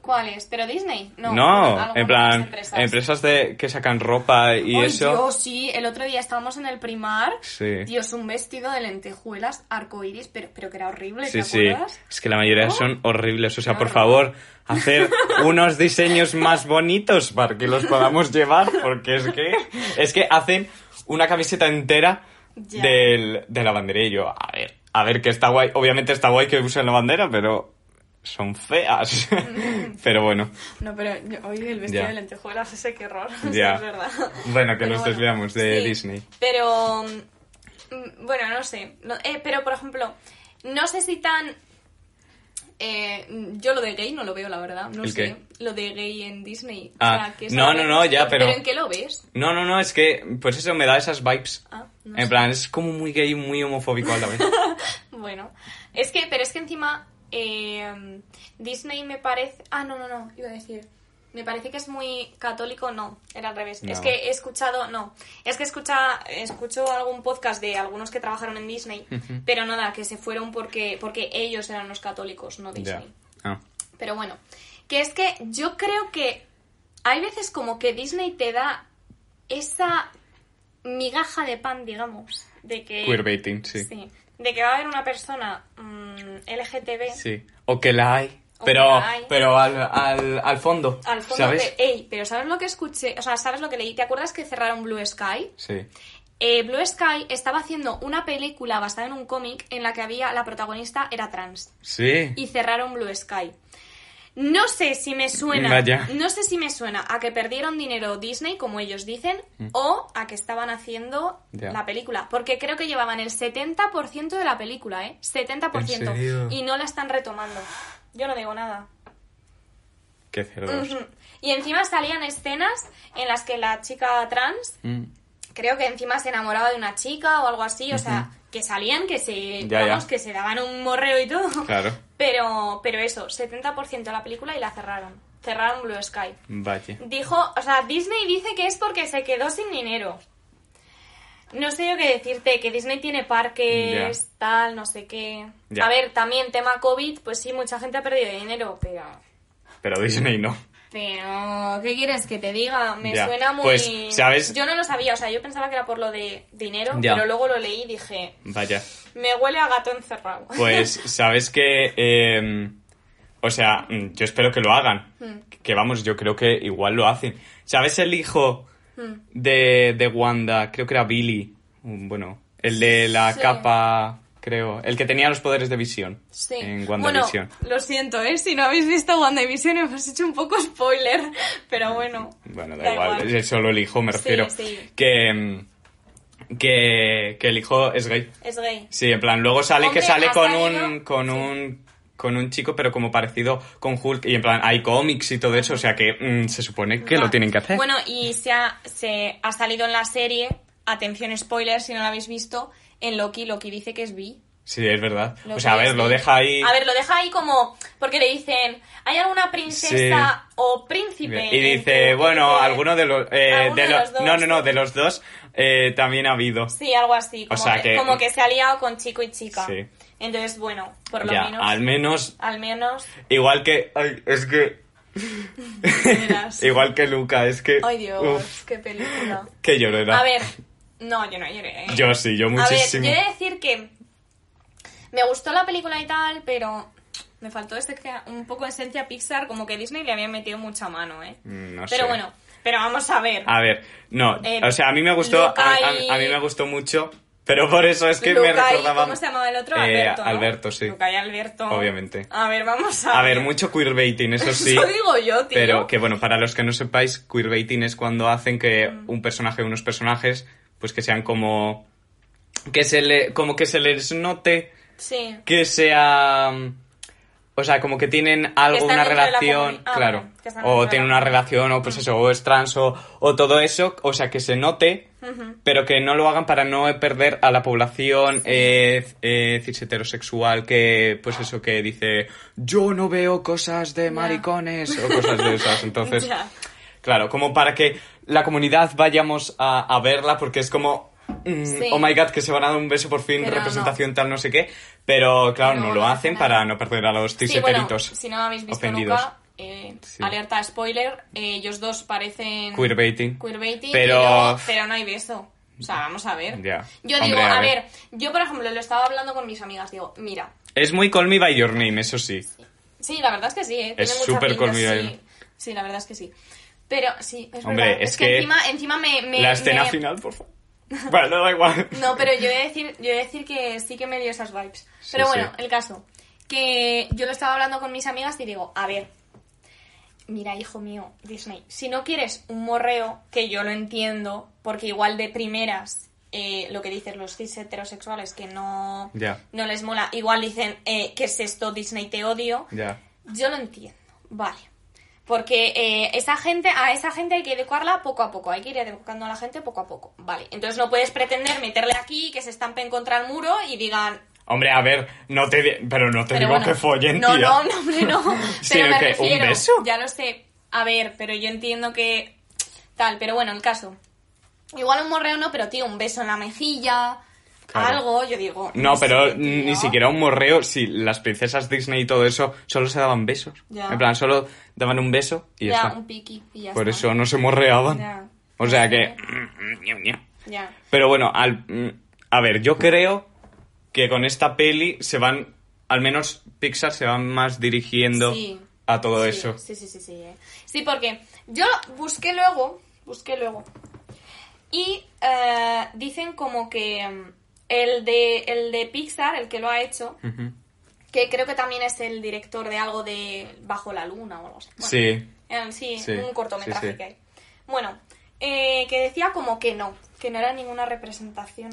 [SPEAKER 3] ¿Cuáles? ¿Pero Disney?
[SPEAKER 2] No,
[SPEAKER 3] No,
[SPEAKER 2] en plan, empresas, de, que sacan ropa y
[SPEAKER 3] Ay,
[SPEAKER 2] eso.
[SPEAKER 3] Dios, sí, el otro día estábamos en el primar.
[SPEAKER 2] Sí.
[SPEAKER 3] Dios, un vestido de lentejuelas, arcoiris, pero, pero que era horrible,
[SPEAKER 2] Sí,
[SPEAKER 3] ¿te
[SPEAKER 2] sí.
[SPEAKER 3] acuerdas?
[SPEAKER 2] Es que la mayoría son horribles. O sea,
[SPEAKER 3] Qué
[SPEAKER 2] por
[SPEAKER 3] horror.
[SPEAKER 2] favor, hacer unos diseños más bonitos para que los podamos llevar. Porque es que, es que hacen una camiseta entera
[SPEAKER 3] Ya.
[SPEAKER 2] del, de la bandera. Y yo, a ver, a ver, que está guay. Obviamente está guay que usen la bandera, pero son feas.
[SPEAKER 3] Mm.
[SPEAKER 2] pero bueno,
[SPEAKER 3] No, pero yo- oye, el vestido
[SPEAKER 2] Ya.
[SPEAKER 3] de lentejuelas, ese qué horror,
[SPEAKER 2] Ya.
[SPEAKER 3] sí, es verdad.
[SPEAKER 2] Bueno, que
[SPEAKER 3] Pero
[SPEAKER 2] nos desviamos de Disney.
[SPEAKER 3] Pero, mm, bueno, no sé. No- eh, pero, por ejemplo, no sé si tan... eh, yo lo de gay no lo veo, la verdad. No
[SPEAKER 2] ¿El
[SPEAKER 3] sé.
[SPEAKER 2] qué?
[SPEAKER 3] Lo de gay en Disney.
[SPEAKER 2] Ah,
[SPEAKER 3] o sea, que es
[SPEAKER 2] no,
[SPEAKER 3] algo-
[SPEAKER 2] no, no, ya, pero-
[SPEAKER 3] ¿en qué lo ves?
[SPEAKER 2] no, no, no, es que, pues eso me da esas vibes.
[SPEAKER 3] Ah, no
[SPEAKER 2] en plan, es como muy gay y muy homofóbico a la vez.
[SPEAKER 3] Bueno, es que, pero es que encima eh, Disney me parece. Ah, no, no, no, iba a decir. Me parece que es muy católico, no, era al revés.
[SPEAKER 2] No.
[SPEAKER 3] Es que he escuchado, no, es que escucha, escucho algún podcast de algunos que trabajaron en Disney, pero nada, que se fueron porque, porque ellos eran los católicos, no Disney.
[SPEAKER 2] Ya. Ah.
[SPEAKER 3] Pero bueno, que es que yo creo que hay veces como que Disney te da esa migaja de pan, digamos, de que...
[SPEAKER 2] Queerbaiting, sí.
[SPEAKER 3] Sí, de que va a haber una persona mm, LGTB
[SPEAKER 2] Sí. O que la hay.
[SPEAKER 3] O
[SPEAKER 2] pero
[SPEAKER 3] que la hay.
[SPEAKER 2] pero al, al, al fondo.
[SPEAKER 3] al fondo
[SPEAKER 2] ¿Sabes?
[SPEAKER 3] de... Ey, pero ¿sabes lo que escuché? O sea, ¿sabes lo que leí? ¿Te acuerdas que cerraron Blue Sky?
[SPEAKER 2] Sí.
[SPEAKER 3] Eh, Blue Sky estaba haciendo una película basada en un cómic en la que había... La protagonista era trans.
[SPEAKER 2] Sí.
[SPEAKER 3] y cerraron Blue Sky. No sé si me suena,
[SPEAKER 2] Vaya.
[SPEAKER 3] no sé si me suena a que perdieron dinero Disney, como ellos dicen, o a que estaban haciendo
[SPEAKER 2] Mm. Ya.
[SPEAKER 3] la película, porque creo que llevaban el 70% de la película, ¿eh? 70%
[SPEAKER 2] ¿En serio?
[SPEAKER 3] y no la están retomando. Yo no digo nada.
[SPEAKER 2] Qué cerdos.
[SPEAKER 3] Ujú. Y encima salían escenas en las que la chica trans,
[SPEAKER 2] Mm.
[SPEAKER 3] creo que encima se enamoraba de una chica o algo así, o sea, que salían que se
[SPEAKER 2] Ya, ya.
[SPEAKER 3] vamos, que se daban un morreo y todo.
[SPEAKER 2] Claro.
[SPEAKER 3] Pero, pero eso, 70% de la película y la cerraron. Cerraron Blue Sky.
[SPEAKER 2] Vaya.
[SPEAKER 3] Dijo, o sea, Disney dice que es porque se quedó sin dinero. No sé yo qué decirte, que Disney tiene parques, tal, no sé qué.
[SPEAKER 2] Ya.
[SPEAKER 3] A ver, también tema COVID, pues sí, mucha gente ha perdido dinero, pero...
[SPEAKER 2] Pero Disney no.
[SPEAKER 3] Pero, ¿qué quieres que te diga? Me
[SPEAKER 2] Ya.
[SPEAKER 3] suena muy...
[SPEAKER 2] Pues, ¿sabes?
[SPEAKER 3] Yo no lo sabía, o sea, yo pensaba que era por lo de dinero,
[SPEAKER 2] Ya.
[SPEAKER 3] pero luego lo leí y dije,
[SPEAKER 2] Vaya.
[SPEAKER 3] me huele a gato encerrado.
[SPEAKER 2] Pues, ¿sabes que o sea, mm, yo espero que lo hagan.
[SPEAKER 3] Hmm.
[SPEAKER 2] Que vamos, yo creo que igual lo hacen. ¿Sabes el hijo
[SPEAKER 3] Hmm.
[SPEAKER 2] de, de Wanda? Creo que era Billy. Mm, Bueno, el de la
[SPEAKER 3] Sí.
[SPEAKER 2] capa, creo. El que tenía los poderes de visión.
[SPEAKER 3] Sí.
[SPEAKER 2] En
[SPEAKER 3] bueno,
[SPEAKER 2] WandaVision.
[SPEAKER 3] lo siento, ¿eh? Si no habéis visto WandaVision hemos hecho un poco spoiler, pero bueno.
[SPEAKER 2] Bueno, da, igual, es solo el hijo, me
[SPEAKER 3] Sí,
[SPEAKER 2] refiero.
[SPEAKER 3] sí.
[SPEAKER 2] Que, mm, que, que el hijo es gay.
[SPEAKER 3] Es gay.
[SPEAKER 2] Sí, en plan, luego sale
[SPEAKER 3] Hombre,
[SPEAKER 2] que sale
[SPEAKER 3] ha
[SPEAKER 2] con
[SPEAKER 3] salido-
[SPEAKER 2] un, con un, con un chico, pero como parecido con Hulk, y en plan, hay cómics y todo eso, o sea que mm, se supone que lo
[SPEAKER 3] Ya.
[SPEAKER 2] tienen que hacer.
[SPEAKER 3] Bueno, y se ha, se ha salido en la serie, atención spoiler si no la habéis visto, en Loki, Loki dice que es bi.
[SPEAKER 2] sí, es verdad.
[SPEAKER 3] Lo
[SPEAKER 2] o sea, a
[SPEAKER 3] que
[SPEAKER 2] ver,
[SPEAKER 3] es
[SPEAKER 2] lo
[SPEAKER 3] que-
[SPEAKER 2] deja ahí.
[SPEAKER 3] A ver, lo deja ahí como. Porque le dicen, ¿hay alguna princesa o príncipe?
[SPEAKER 2] y
[SPEAKER 3] en
[SPEAKER 2] dice,
[SPEAKER 3] que-
[SPEAKER 2] bueno,
[SPEAKER 3] que-
[SPEAKER 2] alguno de los, eh,
[SPEAKER 3] alguno
[SPEAKER 2] de
[SPEAKER 3] de
[SPEAKER 2] lo-
[SPEAKER 3] los dos,
[SPEAKER 2] no, no, no,
[SPEAKER 3] ¿no?
[SPEAKER 2] de los dos eh, también ha habido.
[SPEAKER 3] Sí, algo así.
[SPEAKER 2] O
[SPEAKER 3] Como,
[SPEAKER 2] sea
[SPEAKER 3] que,
[SPEAKER 2] que-
[SPEAKER 3] como que se ha liado con chico y chica.
[SPEAKER 2] Sí.
[SPEAKER 3] Entonces, bueno, por lo
[SPEAKER 2] ya,
[SPEAKER 3] menos.
[SPEAKER 2] al menos,
[SPEAKER 3] Al menos.
[SPEAKER 2] igual que, ay, es que,
[SPEAKER 3] verás.
[SPEAKER 2] igual que Luca, es que,
[SPEAKER 3] Ah, Ay Dios,
[SPEAKER 2] uf,
[SPEAKER 3] qué película.
[SPEAKER 2] que llorera.
[SPEAKER 3] A ver, no, yo no lloré. ¿eh?
[SPEAKER 2] Yo sí, yo muchísimo.
[SPEAKER 3] A ver, yo he de decir que me gustó la película y tal, pero me faltó esencia- un poco de esencia Pixar, como que Disney le había metido mucha mano, ¿eh?
[SPEAKER 2] Mm, no
[SPEAKER 3] pero
[SPEAKER 2] sé.
[SPEAKER 3] bueno, pero vamos a ver.
[SPEAKER 2] A ver, no,
[SPEAKER 3] Eh,
[SPEAKER 2] o sea, a mí me gustó, a,
[SPEAKER 3] Luca
[SPEAKER 2] a-
[SPEAKER 3] y-
[SPEAKER 2] a mí me gustó mucho, pero por eso es que me
[SPEAKER 3] Luca y-
[SPEAKER 2] recordaba...
[SPEAKER 3] ¿Cómo se llamaba el otro?
[SPEAKER 2] Eh,
[SPEAKER 3] Alberto. ¿no?
[SPEAKER 2] Alberto, sí.
[SPEAKER 3] Luca y Alberto.
[SPEAKER 2] Obviamente.
[SPEAKER 3] A ver, vamos a,
[SPEAKER 2] A ver, mucho queerbaiting, eso sí.
[SPEAKER 3] Eso digo yo, tío.
[SPEAKER 2] Pero que bueno, para los que no sepáis, queerbaiting es cuando hacen que
[SPEAKER 3] Mm.
[SPEAKER 2] un personaje o unos personajes, pues que sean como... Que se le, como que se les note
[SPEAKER 3] Sí.
[SPEAKER 2] que sea... O sea, como que tienen algo,
[SPEAKER 3] están
[SPEAKER 2] una
[SPEAKER 3] dentro de la
[SPEAKER 2] relación,
[SPEAKER 3] comuni- ah,
[SPEAKER 2] claro.
[SPEAKER 3] vale, que están dentro de
[SPEAKER 2] o
[SPEAKER 3] la
[SPEAKER 2] tienen una
[SPEAKER 3] comunidad.
[SPEAKER 2] relación, o pues eso, o es trans, o, o todo eso. O sea, que se note, pero que no lo hagan para no perder a la población eh, eh, cis heterosexual que, pues eso, que dice, yo no veo cosas de maricones, o cosas de esas. Entonces,
[SPEAKER 3] Ya.
[SPEAKER 2] Claro, como para que la comunidad vayamos a, a verla, porque es como. mm,
[SPEAKER 3] Sí.
[SPEAKER 2] Oh my god, que se van a dar un beso por fin,
[SPEAKER 3] Pero
[SPEAKER 2] representación tal, no sé qué. Pero claro, no,
[SPEAKER 3] No,
[SPEAKER 2] lo
[SPEAKER 3] no
[SPEAKER 2] hacen
[SPEAKER 3] hacen nada.
[SPEAKER 2] para no perder a los
[SPEAKER 3] Sí, bueno,
[SPEAKER 2] tiseteritos.
[SPEAKER 3] si no habéis visto
[SPEAKER 2] ofendidos.
[SPEAKER 3] nunca, eh,
[SPEAKER 2] Sí.
[SPEAKER 3] alerta spoiler, eh, ellos dos parecen
[SPEAKER 2] Queerbaiting.
[SPEAKER 3] queerbaiting,
[SPEAKER 2] Pero-
[SPEAKER 3] pero... pero no hay beso. O sea, vamos a ver.
[SPEAKER 2] Ya.
[SPEAKER 3] Yo
[SPEAKER 2] Hombre,
[SPEAKER 3] digo,
[SPEAKER 2] a
[SPEAKER 3] a,
[SPEAKER 2] ver.
[SPEAKER 3] ver, yo por ejemplo lo estaba hablando con mis amigas, digo, mira,
[SPEAKER 2] Es muy Call Me By Your Name, eso sí.
[SPEAKER 3] Sí, la verdad es que sí, ¿eh?
[SPEAKER 2] Es
[SPEAKER 3] Tiene mucha
[SPEAKER 2] súper
[SPEAKER 3] pinta,
[SPEAKER 2] colmillo.
[SPEAKER 3] Sí. sí, la verdad es que sí. Pero sí, es
[SPEAKER 2] Hombre,
[SPEAKER 3] verdad.
[SPEAKER 2] es
[SPEAKER 3] Es, que,
[SPEAKER 2] que
[SPEAKER 3] encima, encima me, me-
[SPEAKER 2] La escena
[SPEAKER 3] me-
[SPEAKER 2] final, por favor. Bueno, da igual.
[SPEAKER 3] No, pero yo he, de decir, yo he de decir que sí que me dio esas vibes.
[SPEAKER 2] Sí,
[SPEAKER 3] pero bueno,
[SPEAKER 2] sí.
[SPEAKER 3] el caso. Que yo lo estaba hablando con mis amigas y digo, a ver, mira, hijo mío, Disney, si no quieres un morreo, que yo lo entiendo, porque igual de primeras, eh, lo que dicen los cis heterosexuales que no,
[SPEAKER 2] Ya.
[SPEAKER 3] no les mola, igual dicen, eh, ¿qué es esto, Disney, te odio?
[SPEAKER 2] Ya.
[SPEAKER 3] Yo lo entiendo, vale. Porque eh, esa gente, a esa gente hay que educarla poco a poco, hay que ir educando a la gente poco a poco, vale. Entonces no puedes pretender meterle aquí que se estampen contra el muro y digan...
[SPEAKER 2] Hombre, a ver, no te, di- pero no te
[SPEAKER 3] pero
[SPEAKER 2] digo
[SPEAKER 3] bueno,
[SPEAKER 2] que follen,
[SPEAKER 3] No,
[SPEAKER 2] tía.
[SPEAKER 3] no, no, hombre, no.
[SPEAKER 2] Sino
[SPEAKER 3] Pero me
[SPEAKER 2] que, ¿un
[SPEAKER 3] refiero,
[SPEAKER 2] beso?
[SPEAKER 3] ya lo sé. A ver, pero yo entiendo que tal, pero bueno, el caso. Igual un morreo no, pero tío, un beso en la mejilla,
[SPEAKER 2] Claro.
[SPEAKER 3] algo, yo digo...
[SPEAKER 2] No,
[SPEAKER 3] sé,
[SPEAKER 2] pero
[SPEAKER 3] tío.
[SPEAKER 2] ni siquiera un morreo, si las princesas Disney y todo eso solo se daban besos.
[SPEAKER 3] Ya.
[SPEAKER 2] En plan, solo daban un beso y ya,
[SPEAKER 3] Ya,
[SPEAKER 2] está.
[SPEAKER 3] un piqui y ya
[SPEAKER 2] Por
[SPEAKER 3] está.
[SPEAKER 2] eso no se morreaban.
[SPEAKER 3] Ya.
[SPEAKER 2] O sea que...
[SPEAKER 3] Ya.
[SPEAKER 2] Pero bueno, al, mm, a ver, yo creo que con esta peli se van, al menos Pixar se van más dirigiendo
[SPEAKER 3] Sí.
[SPEAKER 2] a todo
[SPEAKER 3] sí,
[SPEAKER 2] eso.
[SPEAKER 3] Sí, sí, sí, sí. eh. Sí, porque yo busqué luego, busqué luego. Y eh, dicen como que mm, el de, el de Pixar, el que lo ha hecho,
[SPEAKER 2] Ujú.
[SPEAKER 3] que creo que también es el director de algo de Bajo la Luna o algo así. Bueno,
[SPEAKER 2] Sí.
[SPEAKER 3] eh, sí,
[SPEAKER 2] Sí,
[SPEAKER 3] un cortometraje
[SPEAKER 2] sí, sí.
[SPEAKER 3] que hay. Bueno, eh, que decía como que no, que no era ninguna representación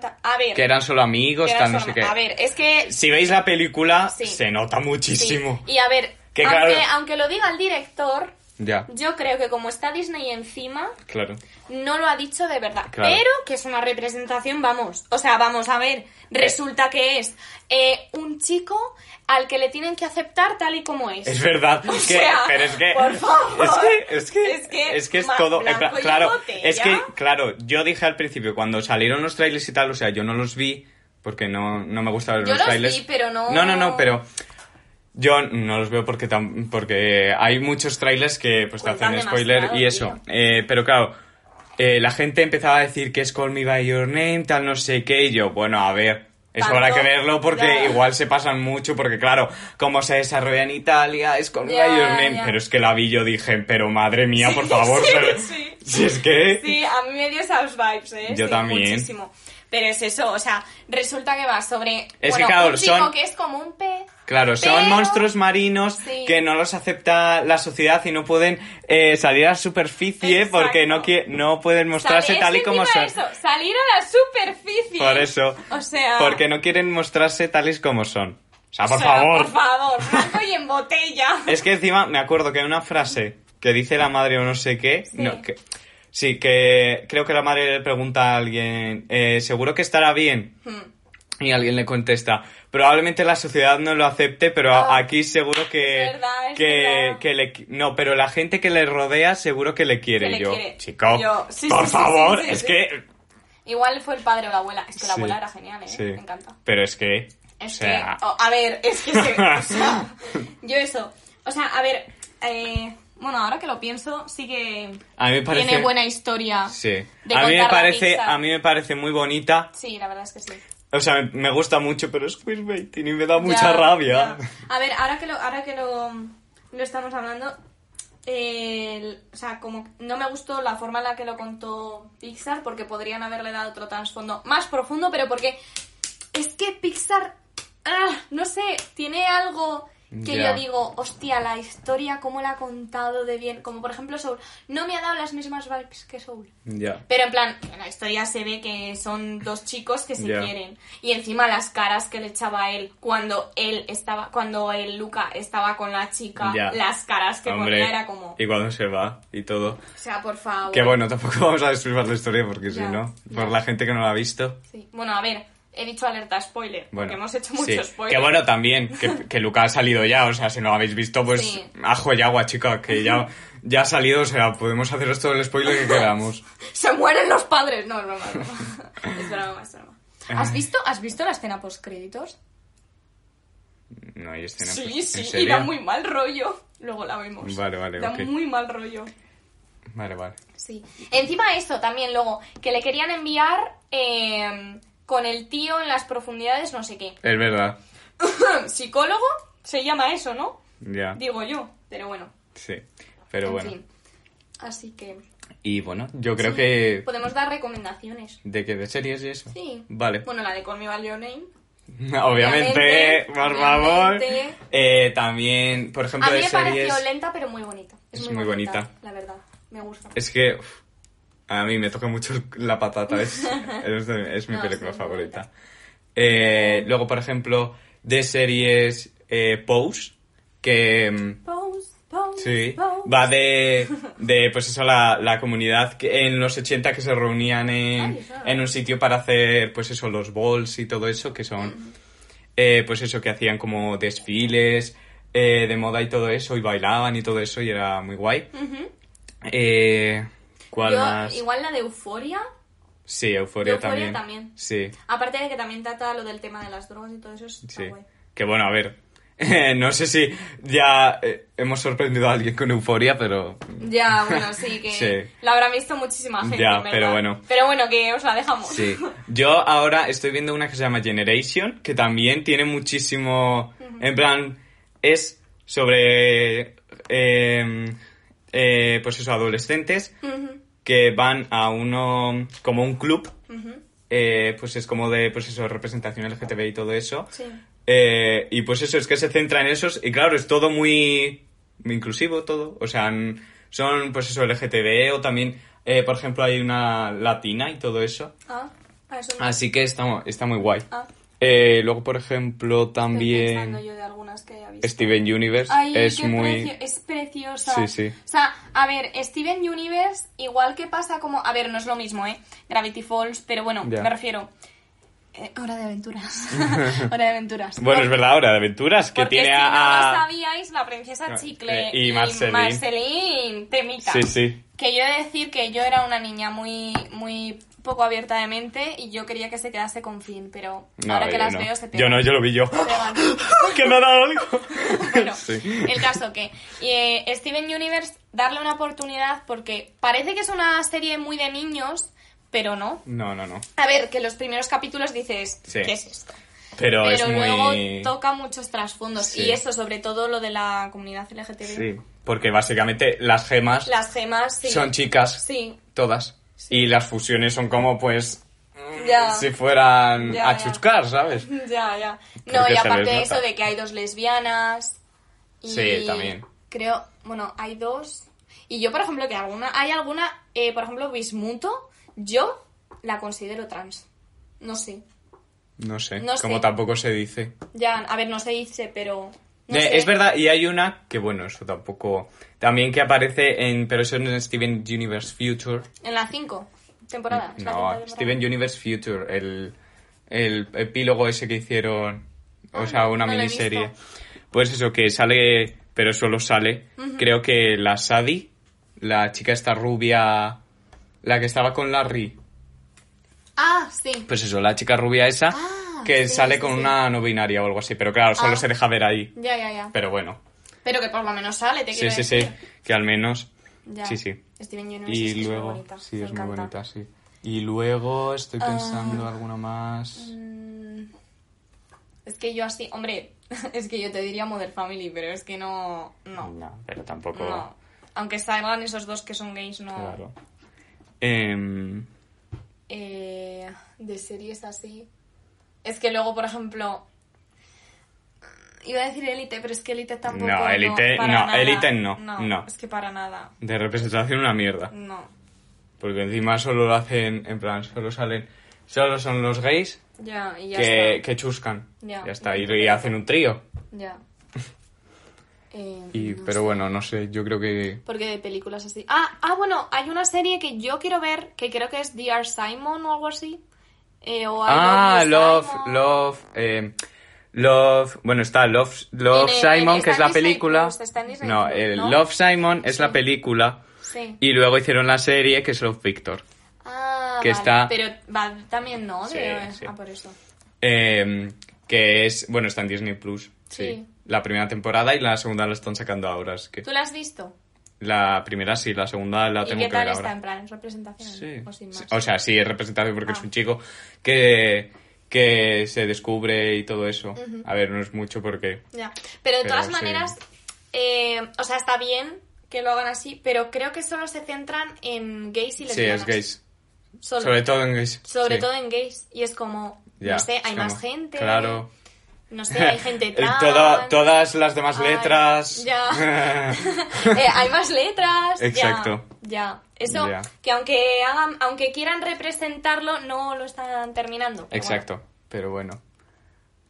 [SPEAKER 2] Ya.
[SPEAKER 3] tal. A ver,
[SPEAKER 2] Que eran solo amigos,
[SPEAKER 3] que era
[SPEAKER 2] tal, no
[SPEAKER 3] solo-
[SPEAKER 2] sé qué.
[SPEAKER 3] a ver, es que
[SPEAKER 2] Si veis la película,
[SPEAKER 3] Sí.
[SPEAKER 2] se nota
[SPEAKER 3] Sí,
[SPEAKER 2] muchísimo.
[SPEAKER 3] Y a ver,
[SPEAKER 2] Que
[SPEAKER 3] aunque,
[SPEAKER 2] claro.
[SPEAKER 3] aunque lo diga el director,
[SPEAKER 2] Ya,
[SPEAKER 3] yo creo que como está Disney encima,
[SPEAKER 2] claro.
[SPEAKER 3] no lo ha dicho de verdad.
[SPEAKER 2] Claro.
[SPEAKER 3] Pero que es una representación, vamos. O sea, vamos a ver. Resulta que es eh, un chico al que le tienen que aceptar tal y como es.
[SPEAKER 2] Es verdad,
[SPEAKER 3] O
[SPEAKER 2] es que,
[SPEAKER 3] sea,
[SPEAKER 2] pero es que,
[SPEAKER 3] por favor.
[SPEAKER 2] es que, es
[SPEAKER 3] Es
[SPEAKER 2] que,
[SPEAKER 3] que
[SPEAKER 2] es que es
[SPEAKER 3] ma-
[SPEAKER 2] todo, en
[SPEAKER 3] blanco
[SPEAKER 2] plan,
[SPEAKER 3] y
[SPEAKER 2] claro,
[SPEAKER 3] botella.
[SPEAKER 2] es que, claro, yo dije al principio cuando salieron los trailers y tal, o sea, yo no los vi porque no, no me gusta ver
[SPEAKER 3] Yo
[SPEAKER 2] los,
[SPEAKER 3] los
[SPEAKER 2] trailers.
[SPEAKER 3] vi, pero no-
[SPEAKER 2] No, no, no, pero yo no los veo porque tam- porque hay muchos trailers que pues te
[SPEAKER 3] Cuentan
[SPEAKER 2] hacen spoiler
[SPEAKER 3] demasiado,
[SPEAKER 2] y eso,
[SPEAKER 3] tío.
[SPEAKER 2] Eh, pero claro. eh, la gente empezaba a decir que es Call Me By Your Name, tal no sé qué, y yo, bueno, a ver, eso
[SPEAKER 3] Tanto,
[SPEAKER 2] habrá que verlo porque
[SPEAKER 3] ya.
[SPEAKER 2] igual igual se pasan mucho porque claro, como se desarrolla en Italia es con
[SPEAKER 3] Ya,
[SPEAKER 2] Your Name,
[SPEAKER 3] ya.
[SPEAKER 2] pero es que la vi yo dije, pero madre mía, por favor,
[SPEAKER 3] sí,
[SPEAKER 2] pero-
[SPEAKER 3] sí.
[SPEAKER 2] si es que
[SPEAKER 3] Sí, a mí me dio esas vibes, ¿eh?
[SPEAKER 2] Yo
[SPEAKER 3] Sí,
[SPEAKER 2] también.
[SPEAKER 3] Muchísimo. Pero es eso, o sea, resulta que va sobre
[SPEAKER 2] Es que
[SPEAKER 3] bueno,
[SPEAKER 2] claro,
[SPEAKER 3] un chico
[SPEAKER 2] son-
[SPEAKER 3] que es como un pez.
[SPEAKER 2] Claro, son
[SPEAKER 3] pero-
[SPEAKER 2] monstruos marinos
[SPEAKER 3] Sí.
[SPEAKER 2] que no los acepta la sociedad y no pueden eh, salir a la superficie
[SPEAKER 3] Exacto.
[SPEAKER 2] porque no, qui- no pueden mostrarse
[SPEAKER 3] Sale-
[SPEAKER 2] tal
[SPEAKER 3] es
[SPEAKER 2] y
[SPEAKER 3] que
[SPEAKER 2] como son.
[SPEAKER 3] encima eso, salir a la superficie.
[SPEAKER 2] Por eso.
[SPEAKER 3] O sea.
[SPEAKER 2] Porque no quieren mostrarse tales como son. O sea,
[SPEAKER 3] o
[SPEAKER 2] por
[SPEAKER 3] sea,
[SPEAKER 2] favor.
[SPEAKER 3] Por favor, blanco y en botella.
[SPEAKER 2] Es que encima me acuerdo que hay una frase que dice la madre o no sé qué.
[SPEAKER 3] Sí.
[SPEAKER 2] no, que- sí, que creo que la madre le pregunta a alguien, eh, seguro que estará bien.
[SPEAKER 3] Hmm.
[SPEAKER 2] Y alguien le contesta, probablemente la sociedad no lo acepte, pero a-
[SPEAKER 3] Ah,
[SPEAKER 2] aquí seguro que...
[SPEAKER 3] es verdad, es
[SPEAKER 2] que,
[SPEAKER 3] verdad.
[SPEAKER 2] que le qui- no, pero la gente que le rodea seguro que le quiere.
[SPEAKER 3] Que le
[SPEAKER 2] yo,
[SPEAKER 3] quiere.
[SPEAKER 2] chico,
[SPEAKER 3] Yo- sí,
[SPEAKER 2] por
[SPEAKER 3] sí, sí,
[SPEAKER 2] favor,
[SPEAKER 3] sí, sí,
[SPEAKER 2] es
[SPEAKER 3] sí.
[SPEAKER 2] que...
[SPEAKER 3] Igual fue el padre o la abuela. Es que la
[SPEAKER 2] Sí,
[SPEAKER 3] abuela era genial, ¿eh?
[SPEAKER 2] sí.
[SPEAKER 3] Me encanta.
[SPEAKER 2] Pero es que...
[SPEAKER 3] Es
[SPEAKER 2] o sea,
[SPEAKER 3] que, oh, a ver, es que se- o sea, yo eso. O sea, a ver, eh, bueno, ahora que lo pienso, sí que
[SPEAKER 2] a mí me parece...
[SPEAKER 3] tiene buena historia.
[SPEAKER 2] Sí.
[SPEAKER 3] de
[SPEAKER 2] A mí, me
[SPEAKER 3] contar la
[SPEAKER 2] parece,
[SPEAKER 3] Pixar.
[SPEAKER 2] a mí me parece muy bonita
[SPEAKER 3] Sí, la verdad es que sí.
[SPEAKER 2] O sea, me, me gusta mucho, pero es queerbaiting y me da
[SPEAKER 3] Ya,
[SPEAKER 2] mucha rabia.
[SPEAKER 3] ya. A ver, ahora que lo, ahora que lo, lo estamos hablando, el- o sea, como no me gustó la forma en la que lo contó Pixar, porque podrían haberle dado otro trasfondo más profundo, pero porque es que Pixar, ah, no sé, tiene algo que
[SPEAKER 2] Ya.
[SPEAKER 3] yo digo, hostia, la historia, cómo la ha contado de bien, como por ejemplo Soul, no me ha dado las mismas vibes que Soul.
[SPEAKER 2] Ya.
[SPEAKER 3] Pero en plan, en la historia se ve que son dos chicos que se
[SPEAKER 2] Ya.
[SPEAKER 3] quieren. Y encima las caras que le echaba a él cuando él estaba, cuando el Luca estaba con la chica,
[SPEAKER 2] Ya.
[SPEAKER 3] las caras que
[SPEAKER 2] Hombre,
[SPEAKER 3] ponía era como, o
[SPEAKER 2] y cuando se va y todo.
[SPEAKER 3] sea, por favor.
[SPEAKER 2] Que bueno, tampoco vamos a destripar la historia porque si
[SPEAKER 3] Ya,
[SPEAKER 2] no,
[SPEAKER 3] ya.
[SPEAKER 2] por la gente que no la ha visto.
[SPEAKER 3] Sí. Bueno, a ver, he dicho alerta spoiler,
[SPEAKER 2] Bueno,
[SPEAKER 3] porque hemos
[SPEAKER 2] sí.
[SPEAKER 3] hecho muchos spoilers.
[SPEAKER 2] Que bueno, también, que, que Luca ha salido ya, o sea, si no lo habéis visto, pues
[SPEAKER 3] Sí.
[SPEAKER 2] ajo y agua, chica, que ya, ya ha salido, o sea, podemos haceros todo el spoiler que queramos.
[SPEAKER 3] Se mueren los padres. No, es broma, es broma. es broma, es broma. ¿Has visto, ¿Has visto la escena post créditos?
[SPEAKER 2] No hay escenas.
[SPEAKER 3] Sí,
[SPEAKER 2] pues, ¿en
[SPEAKER 3] sí, y
[SPEAKER 2] serio?
[SPEAKER 3] da muy mal rollo. Luego la vemos.
[SPEAKER 2] Vale, vale,
[SPEAKER 3] Da
[SPEAKER 2] ok.
[SPEAKER 3] muy mal rollo.
[SPEAKER 2] Vale, vale.
[SPEAKER 3] Sí. Encima esto también luego, que le querían enviar eh, con el tío en las profundidades no sé qué.
[SPEAKER 2] Es verdad.
[SPEAKER 3] Psicólogo se llama eso, ¿no?
[SPEAKER 2] Ya.
[SPEAKER 3] Digo yo, pero bueno.
[SPEAKER 2] Sí. Pero
[SPEAKER 3] en
[SPEAKER 2] bueno.
[SPEAKER 3] fin. Así que...
[SPEAKER 2] Y bueno, yo creo
[SPEAKER 3] sí,
[SPEAKER 2] que.
[SPEAKER 3] Podemos dar recomendaciones.
[SPEAKER 2] ¿De qué? ¿De series y eso?
[SPEAKER 3] Sí.
[SPEAKER 2] Vale.
[SPEAKER 3] Bueno, la de Call Me By Your Name.
[SPEAKER 2] Obviamente,
[SPEAKER 3] Obviamente,
[SPEAKER 2] por favor.
[SPEAKER 3] obviamente.
[SPEAKER 2] Eh, también, por
[SPEAKER 3] A
[SPEAKER 2] ejemplo,
[SPEAKER 3] mí
[SPEAKER 2] de
[SPEAKER 3] me
[SPEAKER 2] series.
[SPEAKER 3] pareció lenta, pero muy bonita. Es,
[SPEAKER 2] Es
[SPEAKER 3] muy,
[SPEAKER 2] muy
[SPEAKER 3] bonita,
[SPEAKER 2] bonita.
[SPEAKER 3] La verdad, me gusta.
[SPEAKER 2] Es que uf, a mí me toca mucho el- la patata, es, es, de- es mi
[SPEAKER 3] No,
[SPEAKER 2] película
[SPEAKER 3] sí,
[SPEAKER 2] favorita. Eh, luego, por ejemplo, de series eh, Pose, que mm,
[SPEAKER 3] Pose, pose,
[SPEAKER 2] sí,
[SPEAKER 3] pose.
[SPEAKER 2] va de, de pues eso, la, la comunidad que en los 80 que se reunían en,
[SPEAKER 3] Ay, claro.
[SPEAKER 2] en un sitio para hacer pues eso, los balls y todo eso, que son eh, pues eso, que hacían como desfiles eh, de moda y todo eso, y bailaban y todo eso, y era muy guay.
[SPEAKER 3] Ujú.
[SPEAKER 2] Eh, ¿Cuál
[SPEAKER 3] Yo,
[SPEAKER 2] más?
[SPEAKER 3] Igual la de Euforia.
[SPEAKER 2] Sí, Euforia,
[SPEAKER 3] Euphoria
[SPEAKER 2] también.
[SPEAKER 3] también.
[SPEAKER 2] Sí,
[SPEAKER 3] Aparte de que también trata lo del tema de las drogas y todo eso. Está
[SPEAKER 2] sí.
[SPEAKER 3] guay.
[SPEAKER 2] Que bueno, a ver. no sé si ya eh, hemos sorprendido a alguien con Euforia, pero.
[SPEAKER 3] Ya, bueno, sí, que
[SPEAKER 2] Sí.
[SPEAKER 3] la habrá visto muchísima gente.
[SPEAKER 2] Ya,
[SPEAKER 3] en verdad.
[SPEAKER 2] pero bueno.
[SPEAKER 3] Pero bueno, que os la dejamos.
[SPEAKER 2] Sí. Yo ahora estoy viendo una que se llama Generation, que también tiene muchísimo. En plan, es sobre. eh, eh, pues eso, adolescentes
[SPEAKER 3] Ujú,
[SPEAKER 2] que van a uno. como un club.
[SPEAKER 3] ujú,
[SPEAKER 2] eh, pues es como de pues eso, representación LGTB y todo eso.
[SPEAKER 3] sí.
[SPEAKER 2] Eh, y pues eso, es que se centra en esos. Y claro, es todo muy inclusivo, todo. O sea, n- son pues eso, LGTB o también, eh, por ejemplo, hay una latina y todo eso.
[SPEAKER 3] Ah, ah, eso no.
[SPEAKER 2] Así que está, está muy guay.
[SPEAKER 3] Ah.
[SPEAKER 2] Eh, luego, por ejemplo,
[SPEAKER 3] Estoy pensando
[SPEAKER 2] también
[SPEAKER 3] yo de algunas que haya visto.
[SPEAKER 2] Steven Universe
[SPEAKER 3] Ay,
[SPEAKER 2] es
[SPEAKER 3] qué
[SPEAKER 2] muy...
[SPEAKER 3] precio- es preciosa.
[SPEAKER 2] Sí, sí.
[SPEAKER 3] O sea, a ver, Steven Universe, igual que pasa como. A ver, no es lo mismo, ¿eh? Gravity Falls, pero bueno,
[SPEAKER 2] Ya.
[SPEAKER 3] me refiero. eh, hora de aventuras. hora de aventuras.
[SPEAKER 2] Bueno, es verdad, ahora de aventuras, que
[SPEAKER 3] Porque
[SPEAKER 2] tiene
[SPEAKER 3] si
[SPEAKER 2] a...
[SPEAKER 3] no lo sabíais, la princesa Chicle
[SPEAKER 2] Eh, y Marceline.
[SPEAKER 3] Marceline, temita.
[SPEAKER 2] Sí, sí.
[SPEAKER 3] Que yo he de decir que yo era una niña muy, muy poco abierta de mente y yo quería que se quedase con Finn, pero
[SPEAKER 2] No,
[SPEAKER 3] ahora que
[SPEAKER 2] yo
[SPEAKER 3] las
[SPEAKER 2] no.
[SPEAKER 3] veo se pegan.
[SPEAKER 2] Yo no, yo lo vi yo.
[SPEAKER 3] Se pegan.
[SPEAKER 2] que me ha dado algo.
[SPEAKER 3] Bueno,
[SPEAKER 2] Sí.
[SPEAKER 3] el caso que eh, Steven Universe, darle una oportunidad porque parece que es una serie muy de niños, pero no.
[SPEAKER 2] No, no, no.
[SPEAKER 3] A ver, que los primeros capítulos dices,
[SPEAKER 2] Sí.
[SPEAKER 3] ¿qué es esto?
[SPEAKER 2] Pero,
[SPEAKER 3] pero
[SPEAKER 2] es muy...
[SPEAKER 3] luego toca muchos trasfondos
[SPEAKER 2] Sí.
[SPEAKER 3] y eso sobre todo lo de la comunidad LGTB
[SPEAKER 2] Sí, porque básicamente las gemas
[SPEAKER 3] las gemas sí.
[SPEAKER 2] son chicas,
[SPEAKER 3] sí
[SPEAKER 2] todas. Y las fusiones son como, pues,
[SPEAKER 3] Ya.
[SPEAKER 2] si fueran
[SPEAKER 3] Ya,
[SPEAKER 2] a
[SPEAKER 3] ya.
[SPEAKER 2] chuscar, ¿sabes?
[SPEAKER 3] ya ya
[SPEAKER 2] Creo
[SPEAKER 3] no
[SPEAKER 2] que
[SPEAKER 3] y
[SPEAKER 2] se les
[SPEAKER 3] aparte de
[SPEAKER 2] nota.
[SPEAKER 3] eso de que hay dos lesbianas y
[SPEAKER 2] Sí, también.
[SPEAKER 3] creo bueno hay dos y yo por ejemplo que alguna hay alguna eh, por ejemplo Bismuto yo la considero trans no sé
[SPEAKER 2] No sé,
[SPEAKER 3] No sé.
[SPEAKER 2] como tampoco se dice.
[SPEAKER 3] ya a ver no se dice pero no
[SPEAKER 2] Eh,
[SPEAKER 3] sé.
[SPEAKER 2] Es verdad, y hay una que, bueno, eso tampoco... También que aparece en... Pero eso en Steven Universe Future.
[SPEAKER 3] en la 5 temporada es la quinta
[SPEAKER 2] No,
[SPEAKER 3] temporada.
[SPEAKER 2] Steven Universe Future, el, el epílogo ese que hicieron, o sea, una
[SPEAKER 3] Ah, no lo he
[SPEAKER 2] miniserie.
[SPEAKER 3] visto.
[SPEAKER 2] Pues eso, que sale, pero solo sale, creo que la Sadie, la chica esta rubia, la que estaba con Larry,
[SPEAKER 3] ah sí
[SPEAKER 2] pues eso, la chica rubia esa,
[SPEAKER 3] Ah,
[SPEAKER 2] que
[SPEAKER 3] sí,
[SPEAKER 2] sale
[SPEAKER 3] sí,
[SPEAKER 2] con
[SPEAKER 3] sí.
[SPEAKER 2] una no binaria o algo así, pero claro, solo
[SPEAKER 3] Ah.
[SPEAKER 2] se deja ver ahí.
[SPEAKER 3] ya ya ya
[SPEAKER 2] Pero bueno,
[SPEAKER 3] pero que por lo menos sale te
[SPEAKER 2] sí,
[SPEAKER 3] quiero
[SPEAKER 2] sí, sí,
[SPEAKER 3] decir.
[SPEAKER 2] que al menos...
[SPEAKER 3] Ya.
[SPEAKER 2] Sí, sí.
[SPEAKER 3] Steven Universe es que
[SPEAKER 2] Y
[SPEAKER 3] es muy
[SPEAKER 2] luego,
[SPEAKER 3] bonita,
[SPEAKER 2] sí,
[SPEAKER 3] me
[SPEAKER 2] es muy
[SPEAKER 3] encanta. Ah.
[SPEAKER 2] bonita, sí. Y luego estoy pensando alguna más.
[SPEAKER 3] Mm, Es que yo así, hombre, es que yo te diría Mother Family, pero es que no, no, no.
[SPEAKER 2] No, pero tampoco.
[SPEAKER 3] Aunque salgan esos dos que son gays, no.
[SPEAKER 2] Claro. Em,
[SPEAKER 3] Eh, de series así. Es que luego, por ejemplo, iba a decir Elite, pero es que Elite tampoco.
[SPEAKER 2] No, Élite-
[SPEAKER 3] para
[SPEAKER 2] no,
[SPEAKER 3] nada.
[SPEAKER 2] Élite no, no.
[SPEAKER 3] Es que para nada,
[SPEAKER 2] de representación una mierda.
[SPEAKER 3] no.
[SPEAKER 2] Porque encima solo lo hacen, en plan, solo salen. Solo son los gays
[SPEAKER 3] Ya, y ya
[SPEAKER 2] que,
[SPEAKER 3] está.
[SPEAKER 2] que chuscan.
[SPEAKER 3] Ya.
[SPEAKER 2] Ya está. Y, y hacen un trío.
[SPEAKER 3] Ya. Eh,
[SPEAKER 2] Y,
[SPEAKER 3] no
[SPEAKER 2] pero bueno, no sé, yo creo que.
[SPEAKER 3] Porque de películas así. Ah, ah, bueno, hay una serie que yo quiero ver, que creo que es D.R. Simon o algo así. Eh, o I
[SPEAKER 2] Ah,
[SPEAKER 3] Love,
[SPEAKER 2] Love,
[SPEAKER 3] You, Simon.
[SPEAKER 2] Love. em, Love, bueno, está Love, Love
[SPEAKER 3] En el-
[SPEAKER 2] Simon,
[SPEAKER 3] en-
[SPEAKER 2] que
[SPEAKER 3] está
[SPEAKER 2] es
[SPEAKER 3] en
[SPEAKER 2] la
[SPEAKER 3] Disney
[SPEAKER 2] película.
[SPEAKER 3] Plus, está en Disney
[SPEAKER 2] No,
[SPEAKER 3] Plus,
[SPEAKER 2] el
[SPEAKER 3] ¿no?
[SPEAKER 2] Love Simon es la película.
[SPEAKER 3] Sí.
[SPEAKER 2] Y luego hicieron la serie que es Love Victor.
[SPEAKER 3] Ah,
[SPEAKER 2] que
[SPEAKER 3] vale.
[SPEAKER 2] está-
[SPEAKER 3] Pero va también, ¿no?
[SPEAKER 2] Sí,
[SPEAKER 3] De-
[SPEAKER 2] sí.
[SPEAKER 3] Ah, por eso.
[SPEAKER 2] Em, que es, bueno, está en Disney Plus. Sí. La primera temporada y la segunda la están sacando ahora. Es que
[SPEAKER 3] ¿Tú la has visto?
[SPEAKER 2] La primera sí, la segunda la
[SPEAKER 3] ¿Y
[SPEAKER 2] tengo
[SPEAKER 3] qué
[SPEAKER 2] que ver
[SPEAKER 3] tal está?
[SPEAKER 2] ahora.
[SPEAKER 3] ¿En plan? ¿En representación?
[SPEAKER 2] Sí.
[SPEAKER 3] ¿O sin más?
[SPEAKER 2] Sí, O sea, sí, es representado porque es
[SPEAKER 3] Ah.
[SPEAKER 2] un chico que, que se descubre y todo eso. A ver, no es mucho porque...
[SPEAKER 3] Ya. Pero de
[SPEAKER 2] Pero
[SPEAKER 3] todas
[SPEAKER 2] sí.
[SPEAKER 3] maneras, eh, o sea, está bien que lo hagan así, pero creo que solo se centran en gays y
[SPEAKER 2] Sí,
[SPEAKER 3] lesbianas.
[SPEAKER 2] es gays.
[SPEAKER 3] Solo.
[SPEAKER 2] Sobre todo en gays.
[SPEAKER 3] Sobre
[SPEAKER 2] sí.
[SPEAKER 3] todo en gays. Y es como,
[SPEAKER 2] Ya,
[SPEAKER 3] no sé,
[SPEAKER 2] es
[SPEAKER 3] hay más
[SPEAKER 2] como-
[SPEAKER 3] gente.
[SPEAKER 2] Claro.
[SPEAKER 3] No sé, hay gente
[SPEAKER 2] El
[SPEAKER 3] trans.
[SPEAKER 2] toda- todas las demás
[SPEAKER 3] Ay,
[SPEAKER 2] letras...
[SPEAKER 3] ya. Eh, hay más letras. ya,
[SPEAKER 2] Exacto.
[SPEAKER 3] Ya. Eso,
[SPEAKER 2] Ya.
[SPEAKER 3] que aunque hagan, aunque quieran representarlo, no lo están terminando. pero
[SPEAKER 2] Exacto, pero bueno.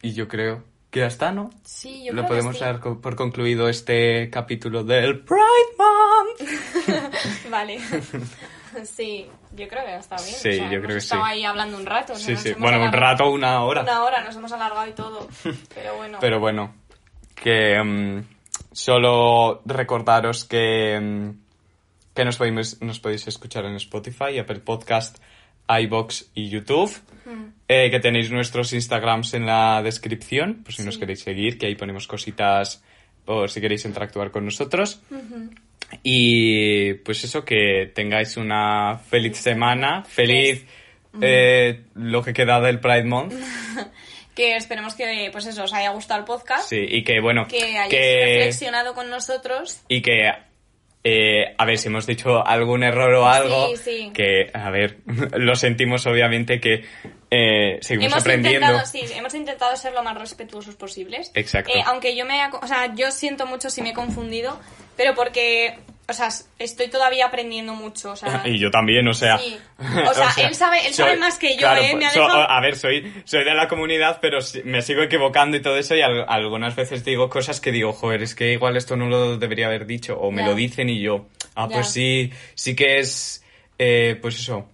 [SPEAKER 2] Y yo creo que ya está, ¿no?
[SPEAKER 3] Sí, yo
[SPEAKER 2] Lo
[SPEAKER 3] creo que
[SPEAKER 2] podemos
[SPEAKER 3] sí.
[SPEAKER 2] dar co- por concluido este capítulo del Pride Month.
[SPEAKER 3] bueno. Vale. sí, yo creo que está bien.
[SPEAKER 2] Sí,
[SPEAKER 3] o sea,
[SPEAKER 2] yo creo
[SPEAKER 3] hemos
[SPEAKER 2] que sí.
[SPEAKER 3] estado ahí hablando un rato. o sea,
[SPEAKER 2] Sí,
[SPEAKER 3] Pues nos
[SPEAKER 2] sí.
[SPEAKER 3] hemos
[SPEAKER 2] Bueno, un
[SPEAKER 3] alargado
[SPEAKER 2] rato, una hora.
[SPEAKER 3] Una hora, nos hemos alargado y todo. Pero bueno.
[SPEAKER 2] Pero bueno, que mm, solo recordaros que, mm, que nos, podéis, nos podéis escuchar en Spotify, Apple Podcast, iBox y YouTube. Eh, que tenéis nuestros Instagrams en la descripción, por si nos queréis seguir, que ahí ponemos cositas por si queréis interactuar con nosotros. Y pues eso, que tengáis una feliz semana, feliz eh, lo que queda del Pride Month.
[SPEAKER 3] Que esperemos que, pues eso, os haya gustado el podcast.
[SPEAKER 2] Sí, y que bueno,
[SPEAKER 3] Que hayáis
[SPEAKER 2] que,
[SPEAKER 3] reflexionado con nosotros.
[SPEAKER 2] y que eh, a ver si hemos dicho algún error o algo,
[SPEAKER 3] sí.
[SPEAKER 2] que a ver, lo sentimos obviamente que eh, seguimos aprendiendo.
[SPEAKER 3] Intentado, sí, hemos intentado ser lo más respetuosos posibles.
[SPEAKER 2] Exacto.
[SPEAKER 3] Eh, aunque yo me... ha- O sea, yo siento mucho si me he confundido, pero porque... O sea, estoy todavía aprendiendo mucho. O sea,
[SPEAKER 2] Y yo también, o sea.
[SPEAKER 3] Sí. O sea, él sabe- él sabe más que yo, ¿eh? Me ha
[SPEAKER 2] so- ah,
[SPEAKER 3] dejado-
[SPEAKER 2] a ver, soy, soy de la comunidad, pero si- me sigo equivocando y todo eso, y al- algunas veces digo cosas que digo, joder, es que igual esto no lo debería haber dicho, o me
[SPEAKER 3] Ya.
[SPEAKER 2] lo dicen y yo, ah,
[SPEAKER 3] Ya.
[SPEAKER 2] pues sí, sí que es, eh, pues eso,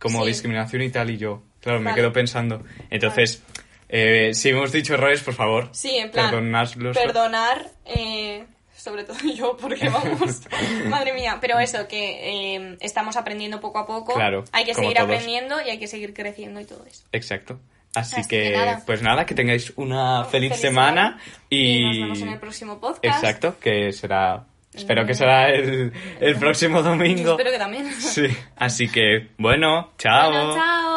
[SPEAKER 2] como
[SPEAKER 3] Sí.
[SPEAKER 2] discriminación y tal, y yo, claro, me
[SPEAKER 3] Vale.
[SPEAKER 2] quedo pensando. Entonces, eh, si hemos dicho errores, por favor,
[SPEAKER 3] sí, en plan...
[SPEAKER 2] perdonadlos.
[SPEAKER 3] Perdonar, eh, sobre todo yo, porque vamos... madre mía. Pero eso, que eh, estamos aprendiendo poco a poco.
[SPEAKER 2] Claro,
[SPEAKER 3] Hay que
[SPEAKER 2] como
[SPEAKER 3] seguir
[SPEAKER 2] todos.
[SPEAKER 3] aprendiendo y hay que seguir creciendo y todo eso.
[SPEAKER 2] Exacto. Así,
[SPEAKER 3] Así
[SPEAKER 2] que,
[SPEAKER 3] que nada.
[SPEAKER 2] pues nada, que tengáis una feliz,
[SPEAKER 3] Feliz
[SPEAKER 2] semana y...
[SPEAKER 3] Y nos vemos en el próximo podcast. Eh.
[SPEAKER 2] Exacto, que será. Espero que será el, el próximo
[SPEAKER 3] Yo
[SPEAKER 2] domingo.
[SPEAKER 3] espero que también.
[SPEAKER 2] Sí, así que, bueno, chao.
[SPEAKER 3] Bueno, chao.